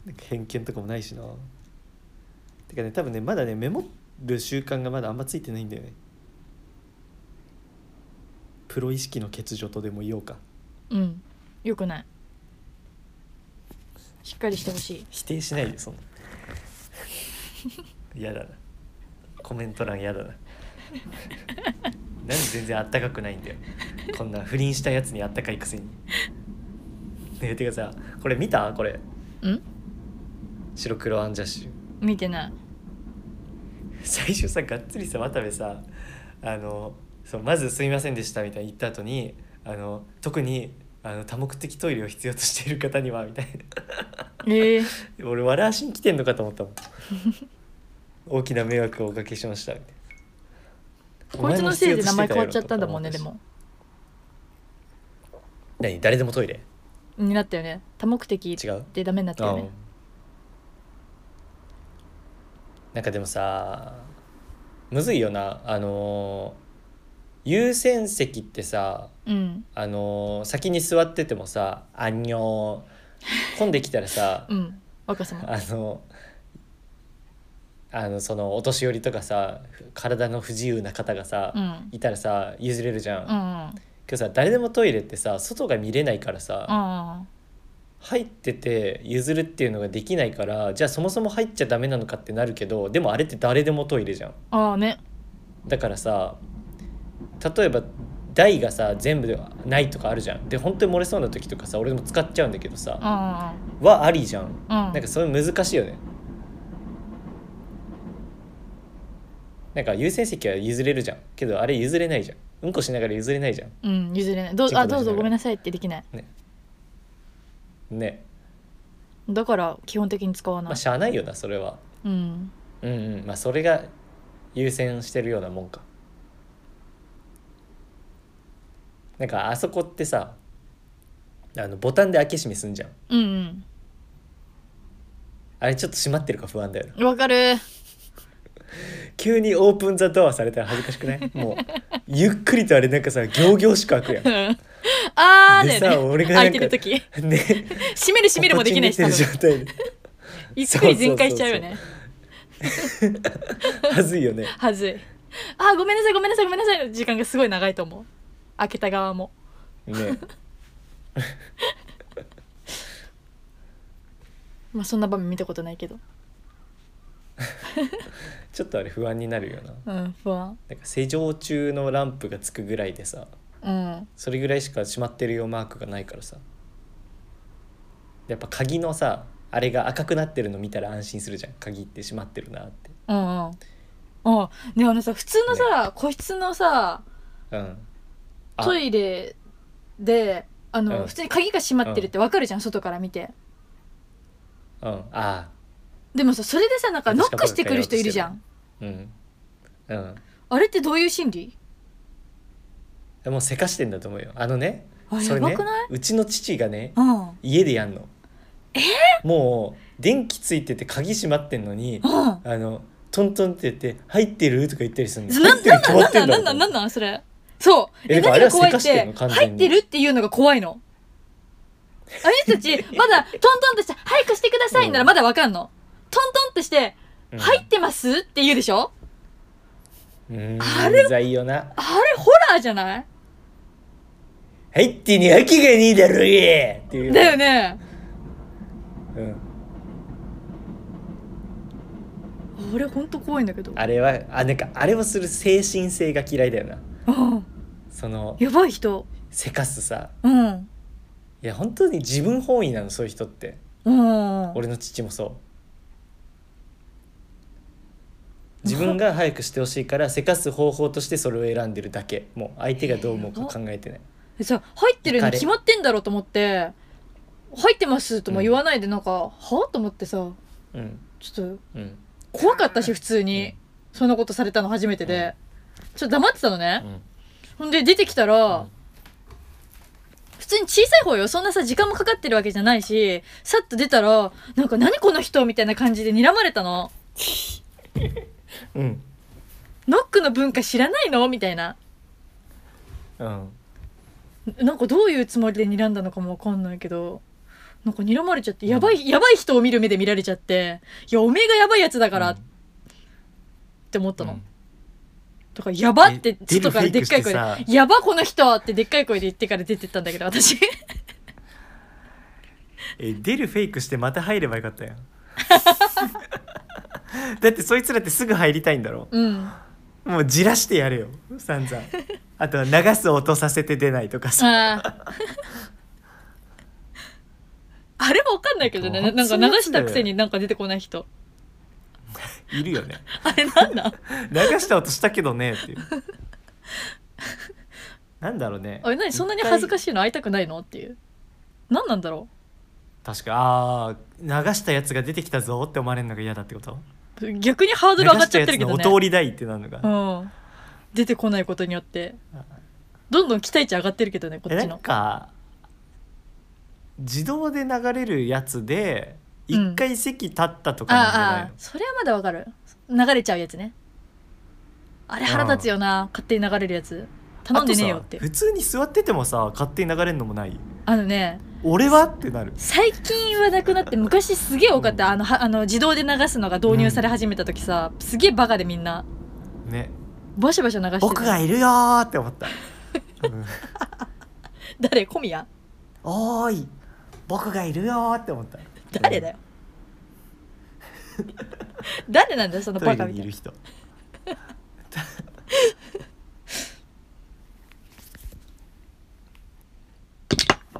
なんか偏見とかもないしなてかね多分ねまだねメモる習慣がまだあんまついてないんだよねプロ意識の欠如とでも言おうか
うんよくないしっかりしてほしい
否定しないでその嫌だなコメント欄嫌だななんで全然あったかくないんだよこんな不倫したやつにあったかいくせにねえてかさこれ見たこれ
うん
白黒アンジャッシュ
見てない
最初さがっつりさ渡部さあのそうまず「すみませんでした」みたいに言った後にあの特にあの多目的トイレを必要としている方にはみたい
ええ
な俺笑わしに来てんのかと思ったもん 大きな迷惑をおかけしましたみたいな
こいつのせいで名前変わっちゃったんだもんね
お
で
前も
も
必要としてたよ何誰でもトイレ
になったよね多目的
違う
でダメになったよね
なんかでもさむずいよなあのー優先席ってさ
うん
あのー先に座っててもさ「あんにょ ー」混んできたらさ
うん若さ ま
あのあのそのお年寄りとかさ体の不自由な方がさ、
うん
いたらさ譲れるじゃん、
うんうん
今日さ誰でもトイレってさ外が見れないからさ、
うん
入ってて譲るっていうのができないからじゃあそもそも入っちゃダメなのかってなるけどでもあれって誰でもトイレじゃん
ああね
だからさ例えば台がさ全部ではないとかあるじゃんで本当に漏れそうな時とかさ俺も使っちゃうんだけど
うんう
さ
ん
はありじゃん
うん
なんかそれ難しいよねなんか優先席は譲れるじゃんけどあれ譲れないじゃんうんこしながら譲れないじゃ
うん譲れないどう
チンコ
あ
出しながら
どうぞごめんなさいってできない
んね
だから基本的に使わ
ま
な
あ
い、
しゃあないよなそれは
うん
うんうんまあそれが優先してるようなもんかなんかあそこってさあのボタンで開け閉めすんじゃん
うん
あれちょっと閉まってるか不安だよな
うんわ かる
急にオープンザドアされたら恥ずかしくない もうゆっくりとあれなんかさ行々しく開くやん
うんあーだ
でさ
よ
俺
ね
がなん
空
か
いてる時
ね
閉める閉めるもできないし
こっ
多
ち
分
に出てる状態で
ゆっくり全開しちゃうよね
恥ずいよ ね
はずいあーごめんなさいごめんなさいごめんなさいの時間がすごい長いと思う開けた側も
ね
まあそんな場面見たことないけど
ちょっとあれ不安になるよな
うん不安
なんか施錠中のランプがつくぐらいでさ
うん
それぐらいしか閉まってるよマークがないからさやっぱ鍵のさあれが赤くなってるの見たら安心するじゃん鍵って閉まってるなって
うんうんあねあのさ普通のさ、個室のさ
うんあ
トイレであの、
うん
普通に鍵が閉まってるってわかるじゃん、外から見て
うんああ
でもさそれでさなんかノックしてくる人いるじゃん
うんうん
あれってどういう心理
もうせかしてんだと思うよあのね
あ
それね
やばくないう
ちの父がね
うんうん
家でやんのもう電気ついてて鍵閉まってんのにあのトントンって言って「入ってる?」とか言ったりするの
な
入ってるに決まって
な
だろ
んんなんなんなんなんそれそう
え
え
だから
何が怖
あ
いっ
れはせか
て
してんの完
入
全
っ
に
てるっていうのが怖いのあの人たちまだトントンとして「早くしてください」ならまだわかんの、トントンってして「
うん
入ってます?」って言うでしょ
うんう
あれ
ざいよな
あれホラーじゃない
入ってに秋がねえだろうげっていう
だよね
うん、
俺ほんと怖いんだけど
あれはあなんかあれをする精神性が嫌いだよな
うん
その
やばい人
せかすさ
うん
いや本当に自分本位なのそういう人って
うん
俺の父もそう自分が早くしてほしいからせかす方法としてそれを選んでるだけもう相手がどう思うか考えてない
さ入ってる
イカ
に
レ
決まってんだろうと思って「入ってます」とも言わないでなんか「は?」と思ってさ
うん
ちょっと
うん
怖かったし普通に、
うん
そんなことされたの初めてで、ちょっと黙ってたのね
う、ん
ほんで出てきたら、
うん
普通に小さい方よそんなさ時間もかかってるわけじゃないしさっと出たらなんか「何この人」みたいな感じで睨まれたの
うん
「ノックの文化知らないの?」みたいな
うん
なんかどういうつもりで睨んだのかもわかんないけどなんか睨まれちゃってやばい、やばい人を見る目で見られちゃって「いやおめえがやばいやつだから」って思ったの、
うん
とから「やば!」って
え
外からでっかい声
出るフェイクして
で「やばこの人!」ってでっかい声で言ってから出てったんだけど私
え出るフェイクしてまた入ればよかったよ だってそいつらってすぐ入りたいんだろ
うん あ
もうじらしてやるよ散々あとは流す音させて出ないとかさ
あ あれもわかんないけどねななんか流したくせになんか出てこない人
いるよね
あれなんだ
流した音したけどねっていうなんだろうね
あれ何そんなに恥ずか
しい
しいの会いたくないのっていう何なんだろ
確かああ流したやつが出てきたぞって思われるのが嫌だってこと
う逆にハード
流
ル上がっ
し
ち
た
ゃっ
や
てる
つ
け
の
ど
お
ね
通りだいってなるのが、
うん、出てこないことによってどんどん期待値上がってるけどねこっ
えな
ち
ん
の
か自動で流れるやつで
うん
一回席立ったとかなんじゃない
ああ
の、
それはまだわかる流れちゃうやつねあれ腹立つよな勝手に流れるやつ頼んでねえよって
あとさ普通に座っててもさ勝手に流れるのもない
あのね
俺はってなる
最近はなくなって昔すげえ多かった、あのはあの自動で流すのが導入され始めた時さ、すげえバカでみんな
ね
バシャバシャ流してた
僕がいるよーって思った、うん
誰小宮
おーい僕がいるよーって思った
誰だよ誰なんだよその
ト
バ
イ
カ
レに
みた
い
い
る
な
人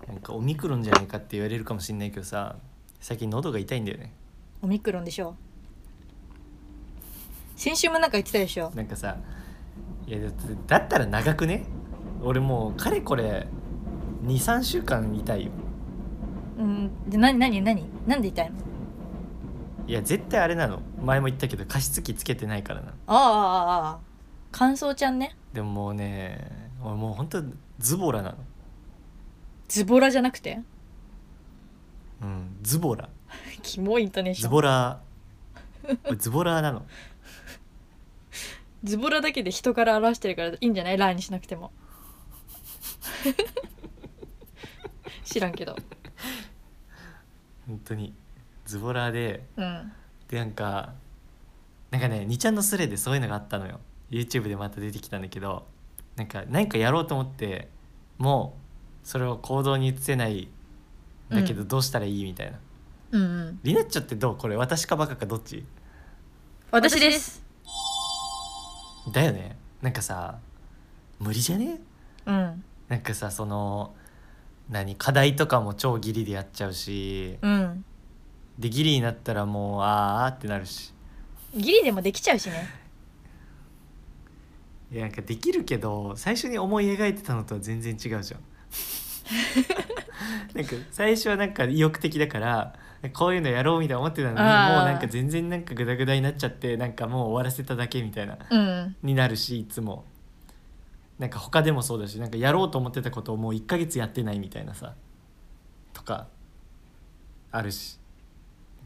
なんかオミクロンじゃないかって言われるかもしんないけどさ最近喉が痛いんだよね
オミクロンでしょ先週もなんか言ってたでしょ
なんかさいやだってだったら長くね俺もうかれこれ23週間痛いよ
うんで何何何なんで痛いの
いや絶対あれなの前も言ったけど加湿器つけてないからな
ああああああ乾燥ちゃんね
でももうね俺もうほんとズボラなの
ズボラじゃなくて
うんズボラ
キモいイントネーシ
ズ
ョン
ボラ俺ズボラなの
ズボラだけで人から表してるからいいんじゃないラーにしなくても 知らんけど
本当にズボラで
うん
でなんかなんかね「にちゃんのスレ」でそういうのがあったのよ YouTube でまた出てきたんだけどなんか何かやろうと思ってもうそれを行動に移せないんだけど
う
どうしたらいいみたいな、
うんうん
リナッチョってどうこれ私かバカかどっち
私です
だよねなんかさ無理じゃね
うん
なんかさその何課題とかも超ギリでやっちゃうし
うん
でギリになったらもうあーってなるし
ギリでもできちゃうしね
いやなんかできるけど最初に思い描いてたのとは全然違う じゃん。なんか最初はなんか意欲的だからこういうのやろうみたいな思ってたのにもう
あー
なんか全然なんかグダグダになっちゃってなんかもう終わらせただけみたいな
うん
になるしいつもなんか他でもそうだしなんかやろうと思ってたことをもう1ヶ月やってないみたいなさとかあるし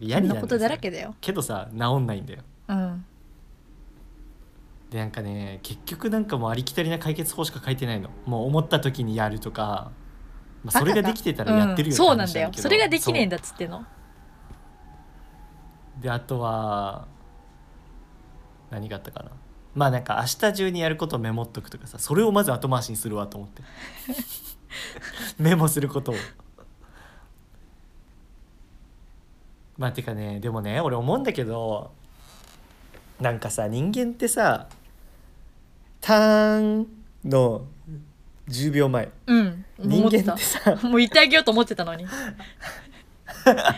そ
嫌
ん
に
な
なる
ことだらけだよ
けどさ治んないんだよ
うん
でなんかね結局なんかもうありきたりな解決法しか書いてないのもう思った時にやるとか、まあ、それができてたらやってるよ
うん
って話
そうなんだよ
けど
それができねえんだっつってんの
そうであとは何があったかなまあなんか明日中にやることをメモっとくとかさそれをまず後回しにするわと思って メモすることをまあてかねでもね俺思うんだけどなんかさ人間ってさ「ターン」の10秒前
うん
人
思って
間
た
ってさ
もう言ってあげようと思ってた のに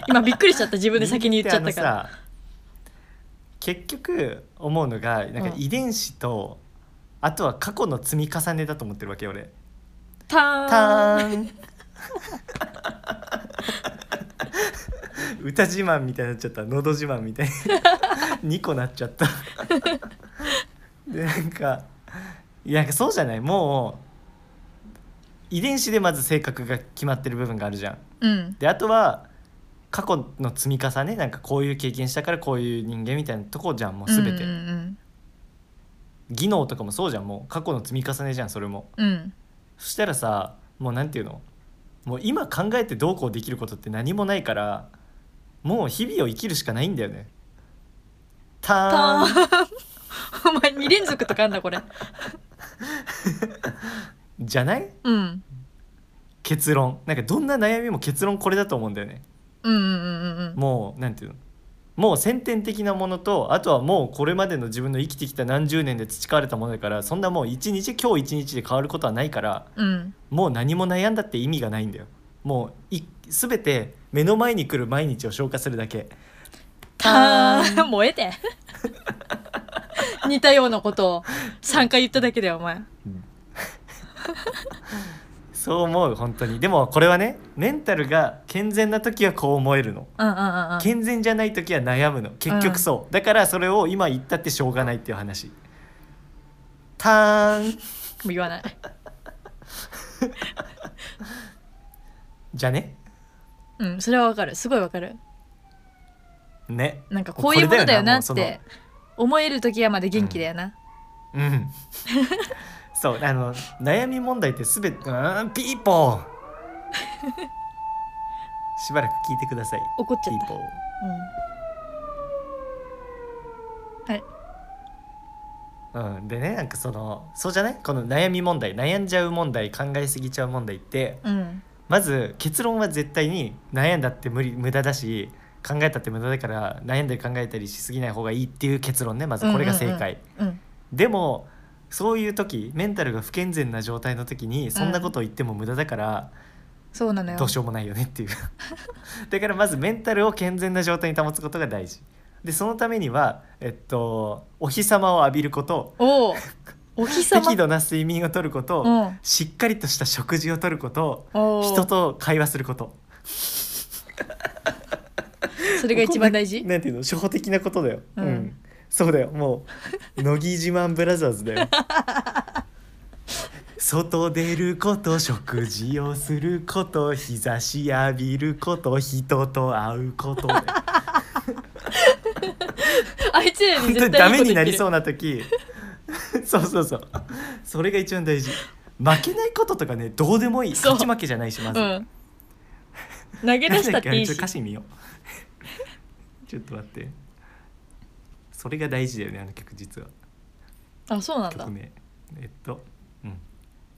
今びっくりしちゃった自分で先に言っちゃったか
人
ら
間てあのさ結局思うのがなんか
うん
遺伝子と、あとは過去の積み重ねだと思ってるわけよ俺。
ターン
ター ン歌自慢みたいになっちゃった喉自慢みたい に2個なっちゃったでなんかいやなんかそうじゃないもう遺伝子でまず性格が決まってる部分があるじゃん
うん
であとは過去の積み重ねなんかこういう経験したからこういう人間みたいなとこじゃんもう全て、
うんうん
技能とかもそうじゃんもう過去の積み重ねじゃんそれも
うん、うん
そしたらさもうなんていうのもう今考えてどうこうできることって何もないからもう日々を生きるしかないんだよねターン
ター お前2連続とかあんだこれ
じゃない
うん
結論なんかどんな悩みも結論これだと思うんだよね
うんうんうんうん
もうなんていうのもう先天的なものとあとはもうこれまでの自分の生きてきた何十年で培われたものだからそんなもう一日今日一日で変わることはないから
うん
もう何も悩んだって意味がないんだよもうい全て目の前に来る毎日を消化するだけ
たーん 燃えて似たようなことを3回言っただけだよお前
そう思う本当にでもこれはねメンタルが健全な時はこう思えるの
うんうんうんうん
健全じゃない時は悩むの結局そう、だからそれを今言ったってしょうがないっていう話たーん
もう言わない
じゃね
うんそれはわかるすごいわかる
ね
なんかこういうものだよなっ
これだよ
て思える時はまだ元気だよな、
なもうそのうんそうあの悩み問題ってすべてうーんピーポー しばらく聞いてください
怒っちゃ
ピ
っ
ー
た
ポー
うんはい
うん、でねなんかそのそうじゃないこの悩み問題悩んじゃう問題考えすぎちゃう問題って
うん
まず結論は絶対に悩んだって無理無駄だし考えたって無駄だから悩んだり考えたりしすぎない方がいいっていう結論ねまずこれが正解、
うん
でもそういう時メンタルが不健全な状態の時にそんなことを言っても無駄だから、
そうなのよ
どうしようもないよねっていう だからまずメンタルを健全な状態に保つことが大事でそのためにはえっとお日様を浴びること
おうお日 様
適度な睡眠をとること、
うん
しっかりとした食事をとること
おう
人と会話すること
それが一番大事
なんていうの初歩的なことだよ、
う
うんんそうだよも う乃木自慢ブラザーズだよ外出ること食事をすること日差し浴びること人と会うこと だよ
あいつらに
本当
絶
にダ
対いい
メ
こと
に
言
な
って
り
る
そうな時 そうそうそうそれが一番大事負けないこととかねどうでもいい
そう
勝ち負けじゃないしまず、
うん投げ出した
なんだ
っていい
っけあれちょっと
し
歌詞見よう ちょっと待ってそれが大事だよねあの曲実は
あそうなんだ
曲名えっとうん、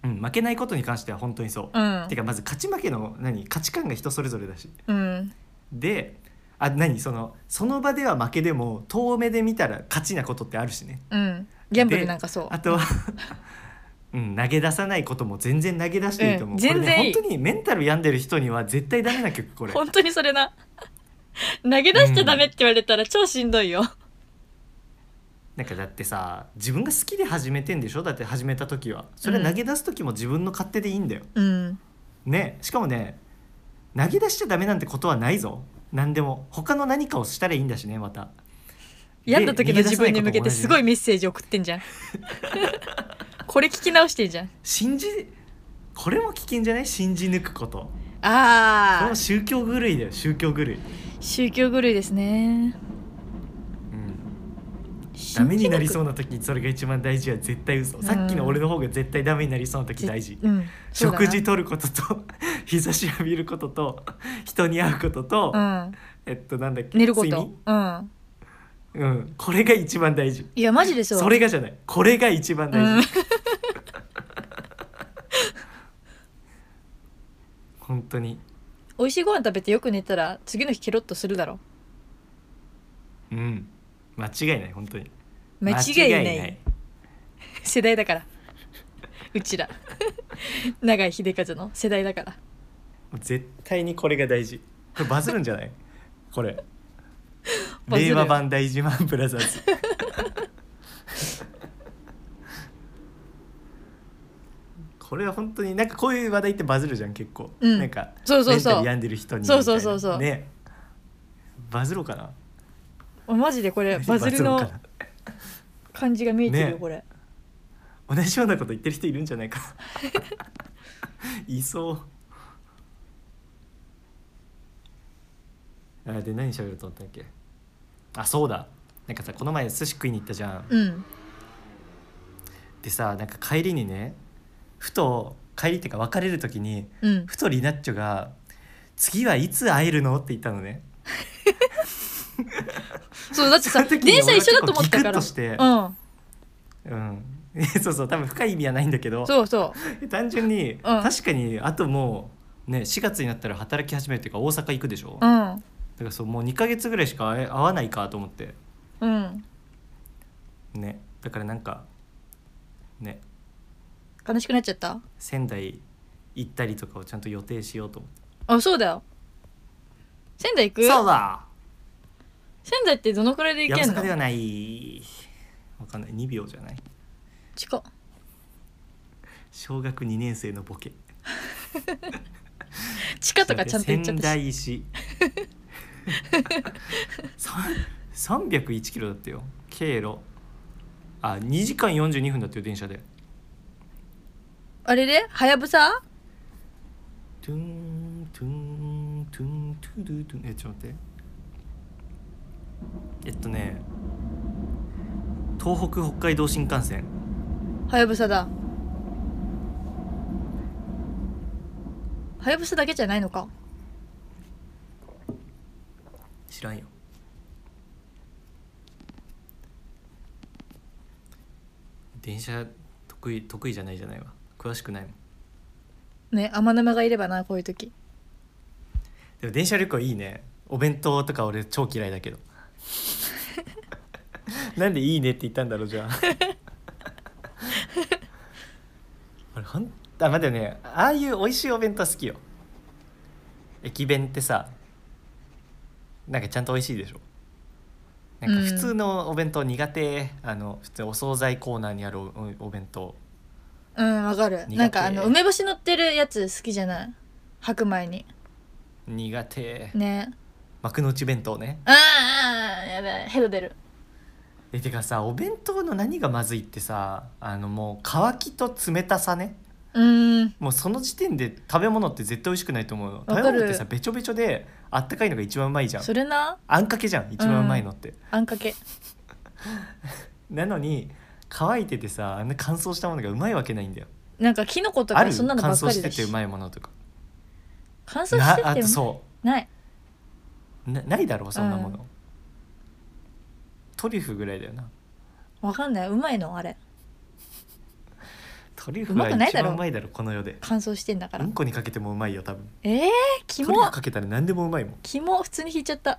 うん、負けないことに関しては本当にそう、
うん
てかまず勝ち負けの何価値観が人それぞれだし
うん
であ何そのその場では負けでも遠目で見たら勝ちなことってあるしね
うんギャンブルなんかそう
あとは うん、投げ出さないことも全然投げ出していいと思う、
うん全然いい
これね本当にメンタル病んでる人には絶対ダメな曲これ
本当にそれな 投げ出しちゃダメって言われたら超しんどいよ
なんかだってさ自分が好きで始めてんでしょだって始めた時はそれは投げ出す時も自分の勝手でいいんだよ、
うん
ねしかもね投げ出しちゃダメなんてことはないぞ何でも他の何かをしたらいいんだしねまた
病んだ時の
で逃げ出
自
さな
分
い
に向けてすご
ことも同じね
いメッセージ送ってん じゃんこれ聞き直してんじゃん
信じこれも危険じゃない信じ抜くことこれ
あ
も
あ
宗教狂いだよ宗教狂い、
宗教狂いですね
うん、ダメになりそうな時それが一番大事は絶対嘘さっきの俺の方が絶対ダメになりそうな時大事、
うんそうだな
食事とることと 日差し浴びることと人に会うことと、
うん
えっとなんだっけ
寝ること
睡
うん
眠うんこれが一番大事
いやマジでそ
そうれがじゃないこれが一番
う
大事、
ん
本当に
美味しいご飯食べてよく寝たら次の日ケロッとするだろ
うん間違いない本当に
間違いない世代だからう ちら永井秀和の世代だから
絶対にこれが大事これバズるんじゃないこれ
バズる
令和版大自慢ブラザ ーズこれは本当になんかこういう話題ってバズるじゃん結構、
うん
なんか
そうそうそ
メ
う
ンタル病んでる人に
そうそうそうそう
みたいなねバズろうかな
おマジでこれバズる
ろう
の
かな
感じが見えてるよ
ね
これ
同じようなこと言ってる人いるんじゃないかいそうあで何喋ると思ったっけあそうだなんかさこの前寿司食いに行ったじゃん、
うん
でさなんか帰りにねふと帰りっていうか別れる時に
うん
ふとリナッチョが「次はいつ会えるの?」って言ったのね
そうだってさ
その時に
電車一緒だと思ったか
俺
ら
は結構ギクッとして
うん
うん、そうそう多分深い意味はないんだけど
そうそ
単純に、確かにあともうね4月になったら働き始めるっていうか大阪行くでしょ、
うう
だ
ん
からそうもう2ヶ月ぐらいしか会え会わないかと思って
うん
ねだからなんかね
悲しくなっちゃった
仙台行ったりとかをちゃんと予定しようと思って
あそうだよ仙台行く
そうだ
仙台ってどのくらいで行
やぶ
けん
さかでは
の
ないわかんない2秒じゃない
近っ
小学2年生のボケ
近とかちゃんと言っちゃ
仙
ったし
台石さん301キロだったよ経路あ2時間42分だったよ電車で
あれではやぶさ
トゥントゥントゥントゥドゥトゥンえちょっと待ってえっとね東北北海道新幹線
はやぶさだはやぶさだけじゃないのか
知らんよ電車得意得意じゃないじゃないわ詳しくないもん
ね天沼がいればなこういう時
でも電車旅行いいねお弁当とか俺超嫌いだけどなんで「いいね」って言ったんだろうじゃああれほんあまだねああいう美味しいお弁当好きよ駅弁ってさなんかちゃんと美味しいでしょなんか
うん
普通のお弁当苦手、あの普通お惣菜コーナーにあるおおお弁当
うんわかる
苦手
なんかあの梅干し乗ってるやつ好きじゃない白米に
苦手
ね
幕の内弁当ね
あーあーやばいヘド出る
えてかさお弁当の何がまずいってさあのもう乾きと冷たさね
うーん
もうその時点で食べ物って絶対美味しくないと思うよ
か
食べ
る
物ってさべちょべちょであったかいのが一番うまいじゃん
それな
あんかけじゃん一番うまいのって、
あんかけ
なのに乾いててさあんな乾燥したものがうまいわけないんだよ
なんかキノコと
あ
か
る
そんなの
乾
ばっか
燥し
り
て
だ
て
し
うまいものとか
乾燥してて
なあと
う
そ
まいう
なないだろうそんなもの、トリュフぐらいだよな
わかんないうまいのあれ
トリュフが
うまくない
一
だろ
番うまいだろこの世で
乾燥してんだか
う
ら
んこにかけてもうまいよ多分
えー、キ
トリュフ
モ
かけたら何でもうまいもん
キモ普通に引いちゃった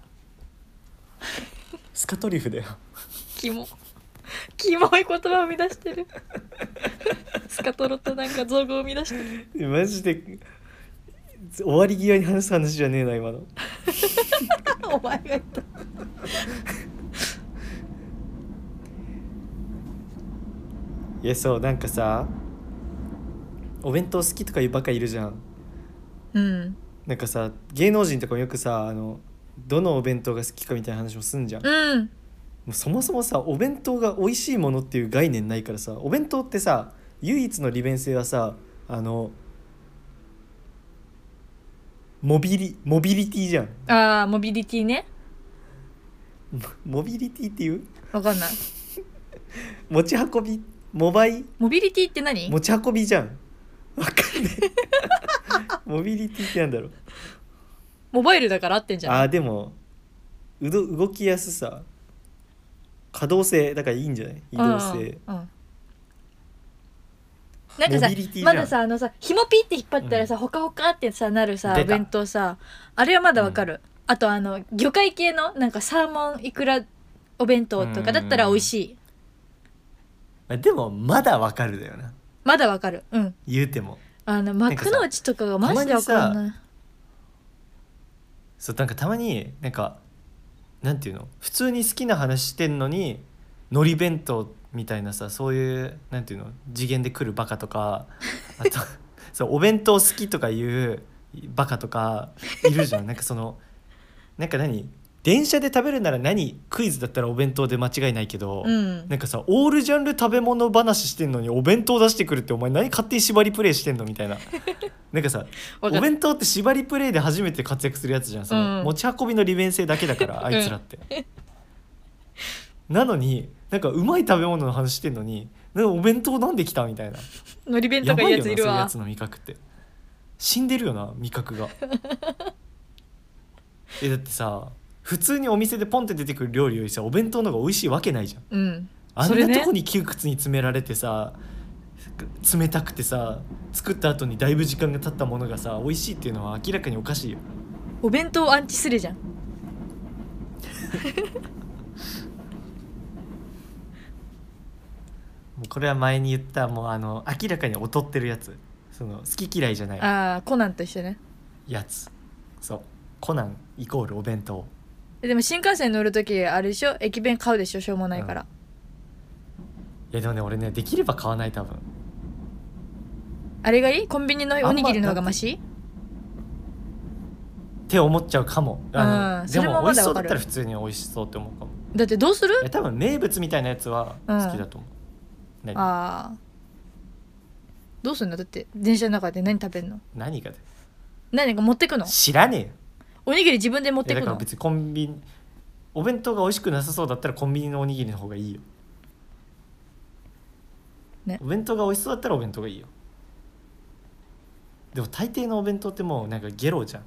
スカトリュフだよ
キモキモい言葉を生み出してるスカトロとなんか造語を生み出して る
マジで終わり際に話す話じゃねえな今の
お前が言った
いやそうなんかさお弁当好きとかいうバカいるじゃん
うん
なんかさ芸能人とかもよくさあのどのお弁当が好きかみたいな話もすんじゃんも
うん
うそもそもさお弁当が美味しいものっていう概念ないからさお弁当ってさ唯一の利便性はさあのモビリモビリティじゃん
あーモビリティね
モビリティっていう
わかんない
持ち運びモバイ
モビリティって何
持ち運びじゃんわかんない モビリティってなんだろう
モバイルだから合ってんじゃん
あーでもうど動きやすさ可動性だからいいんじゃない移動性
うんうんなんかさ
モビリティじゃ
ま
ん
ださあのさひもピーって引っ張ったらさ、ほかほかってさなるさ
出
お
た
弁当さあれはまだわかる、あとあの魚介系のなんかサーモンいくらお弁当とかだったら美味しい
まあでもまだわかるだよな
まだわかるうん
言うても
あの
んかさ
幕の内とかがマジでわかんない
そうなんかたまになんかなんていうの普通に好きな話してんのにのり弁当みたいなさそういうなんていうの次元で来るバカと かあとそうお弁当好きとかいうバカとかいるじゃんなんかそのなんか何電車で食べるなら何クイズだったらお弁当で間違いないけど、
うん
なんかさオールジャンル食べ物話してんのにお弁当出してくるってお前何勝手に縛りプレイしてんのみたい ななんかさ
わ
お
かる
弁当って縛りプレイで初めて活躍するやつじゃんその、
うん
持ち運びの利便性だけだ からあいつらって、なのになんかうまい食べ物の話してんのになんかお弁当飲んできたみたいな
のり弁
や
とか
ば
い
いうよなそうい
やついうる
や
わ
つの味覚って死んでるよな味覚が えだってさ普通にお店でポンって出てくる料理よりさお弁当の方が美味しいわけないじゃん
うん
あ
そ
ん
れ
な
ね
とこに窮屈に詰められてさ冷たくてさ作った後にだいぶ時間が経ったものがさ美味しいっていうのは明らかにおかしいよ
お弁当アンチスレじゃん
もうこれは前に言ったもうあの明らかに劣ってるやつその好き嫌いじゃない
ああコナンと一緒ね
やつそうコナンイコールお弁当
えでも新幹線乗る時あれでしょ駅弁買うでしょしょうもないから、
いやでもね俺ねできれば買わない多分
あれがいいコンビニのおにぎりの方がマシ
って思っちゃうかもあの
うん
で
それも
も美
ま
味
だ
しそ
わ
うだ
か
っ
る
たら普通に美味しそうって思うかも
だってどうする
いや多分名物みたいなやつは好きだと思う、何
ああどうすんのだって電車の中で何食べんの
何がだよ
何か持ってくの
知らねえよ
おにぎり自分で持っ
いや
て
だ
く
から
の
別にコンビニお弁当が美味しくなさそうだったらコンビニのおにぎりの方がいいよ、
ね
お弁当が美味しそうだったらお弁当がいいよでも大抵のお弁当ってもうなんかゲロじゃん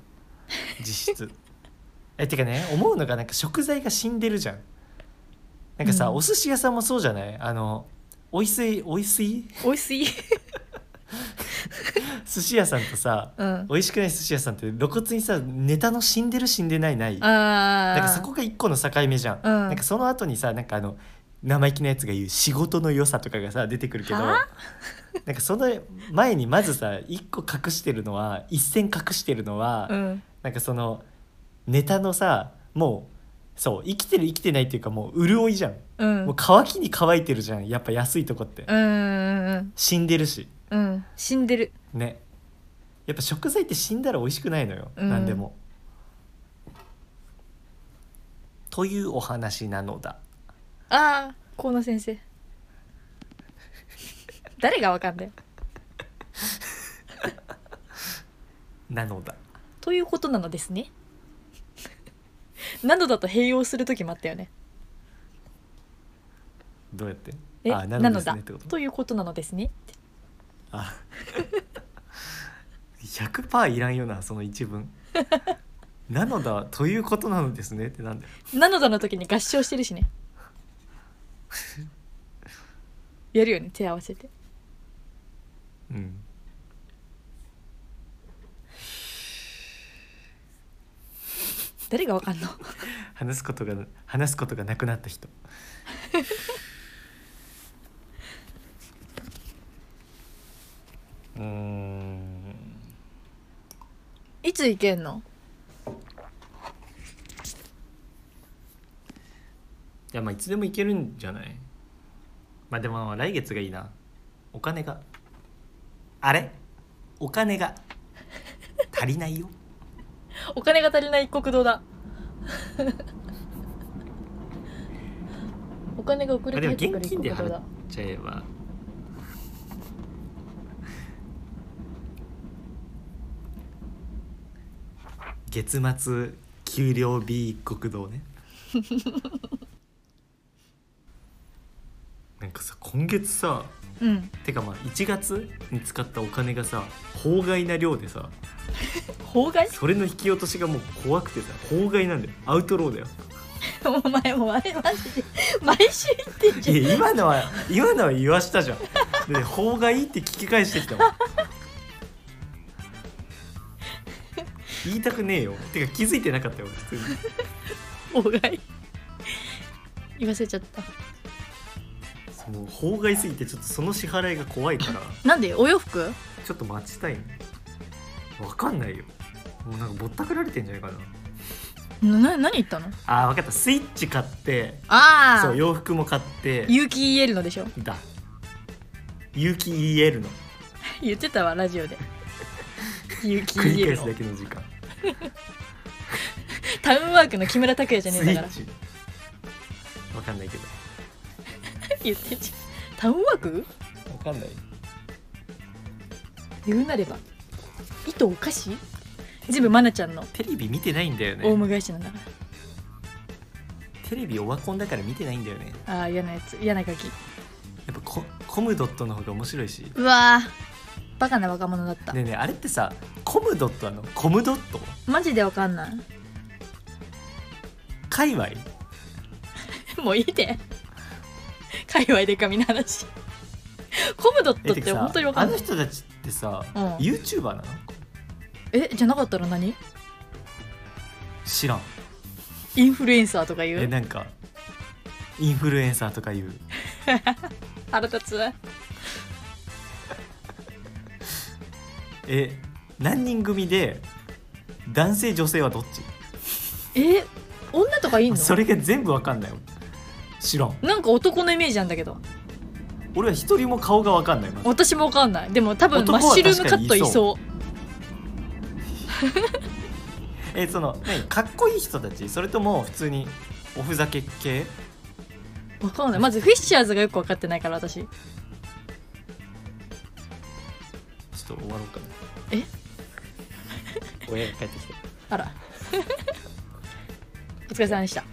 実質 えてかね思うのがなんか食材が死んでるじゃんなんかさ、
うん
お寿司屋さんもそうじゃないあのおいしいおいしい
おいしい
寿司屋さんとさ
うん
美味しくない寿司屋さんって露骨にさネタの死んでる死んでないない
あ
な
あ
んかそこが一個の境目じゃん、
うん
なんかその後にさなんかあの生意気なやつが言う仕事の良さとかがさ出てくるけど
はあ
なんかその前にまずさ一個隠してるのは一線隠してるのは、
うん
なんかそのネタのさもうそう生きてる生きてないっていうかもう潤いじゃん、
うん
もう乾きに乾いてるじゃんやっぱ安いとこって、
うんうん
死んでるし
うんうん死んでる
ねやっぱ食材って死んだら美味しくないのよ、
うん
何でも。というお話なのだ。
ああ河野先生誰がわかんない
なのだ。
ということなのですねなどだと併用する時もあったよね
どうやって
え
あ
な
な
の
のです
だ
ねってこと
ということなのですね
あ100%いらんよなその一文 なのだということなのですねってなんだよ
なのだの時に合唱してるしねやるよね手合わせて
うん
誰がわかんの
話すことが話すことがなくなった 人うーん
いつ行けんの
いやまあいつでも行けるんじゃないまあでも来月がいいなお金があれお金が足りないよ
お金が足りない一国堂だお金が遅れ
あ
て
でも
入ってくる
現
一
金
国
で
堂
払
だ
っちゃえば月末給料日一国堂 ねなんかさ今月さ
うん
てかまあ1月に使ったお金がさ法外な量でさ
法外
それの引き落としがもう怖くてさ法外なんだよアウトローだよ
お前もうあれマジで毎週行ってんじゃん
いや今のは今のは言わしたじゃんで法がいいって聞き返してきたもん言いたくねえよてか気づいてなかったよ普通に
妨害言わせちゃった
その法外すぎてちょっとその支払いが怖いから
なんでお洋服
ちょっと待ちたいねわかんないよもうなんかぼったくられてんじゃないかな
なな何言ったの
あーわかったスイッチ買って
あ
そう
あ
洋服も買って
有機 EL のでしょ
だ勇気言えるの
言ってたわラジオで有機
繰り返
EL
すだ
の
けの時間
タウンワークの木村拓哉じゃねえんだから
スイッチわかんないけど
言ってちゃうタウンワーク
わかんない
言うなれば糸お菓子全部マナちゃんの
テレビ見てないんだよ
オウ
ね
ム返しなんだか
テレビオワコンだから見てないんだよね
らああ嫌なやつ嫌なガキ
やっぱココムドットの方が面白いしね
うわーバカな若者だった、
えねえあれってさコムドットあのコムドット
マジでわかんない
界隈
もういいで 界隈でかみんな話コムドット
え
ってて
かさ
本当にわか
あ
んな
の
い
人たちってさ、
うん
YouTuber なの
えじゃなかったら何
知らん
インフルエンサーとか言
え
う
なんかインフルエンサーとかいう
腹立つ
え何人組で男性女性はどっち
え女とかいんの
それが全部わかんない知らん
なんか男のイメージなんだけど
俺は一人も顔がわかんないまず
私もわかんないでも多分
男
マ
は
ッシュルームカット
確
い
かにい
そ
そうえその何かっこいい人たちそれとも普通におふざけ系
わかんないまずフィッシャーズがよくわかってないから私
ちょっと終わろうかな
え
親が帰ってきて
あら お疲れ様でした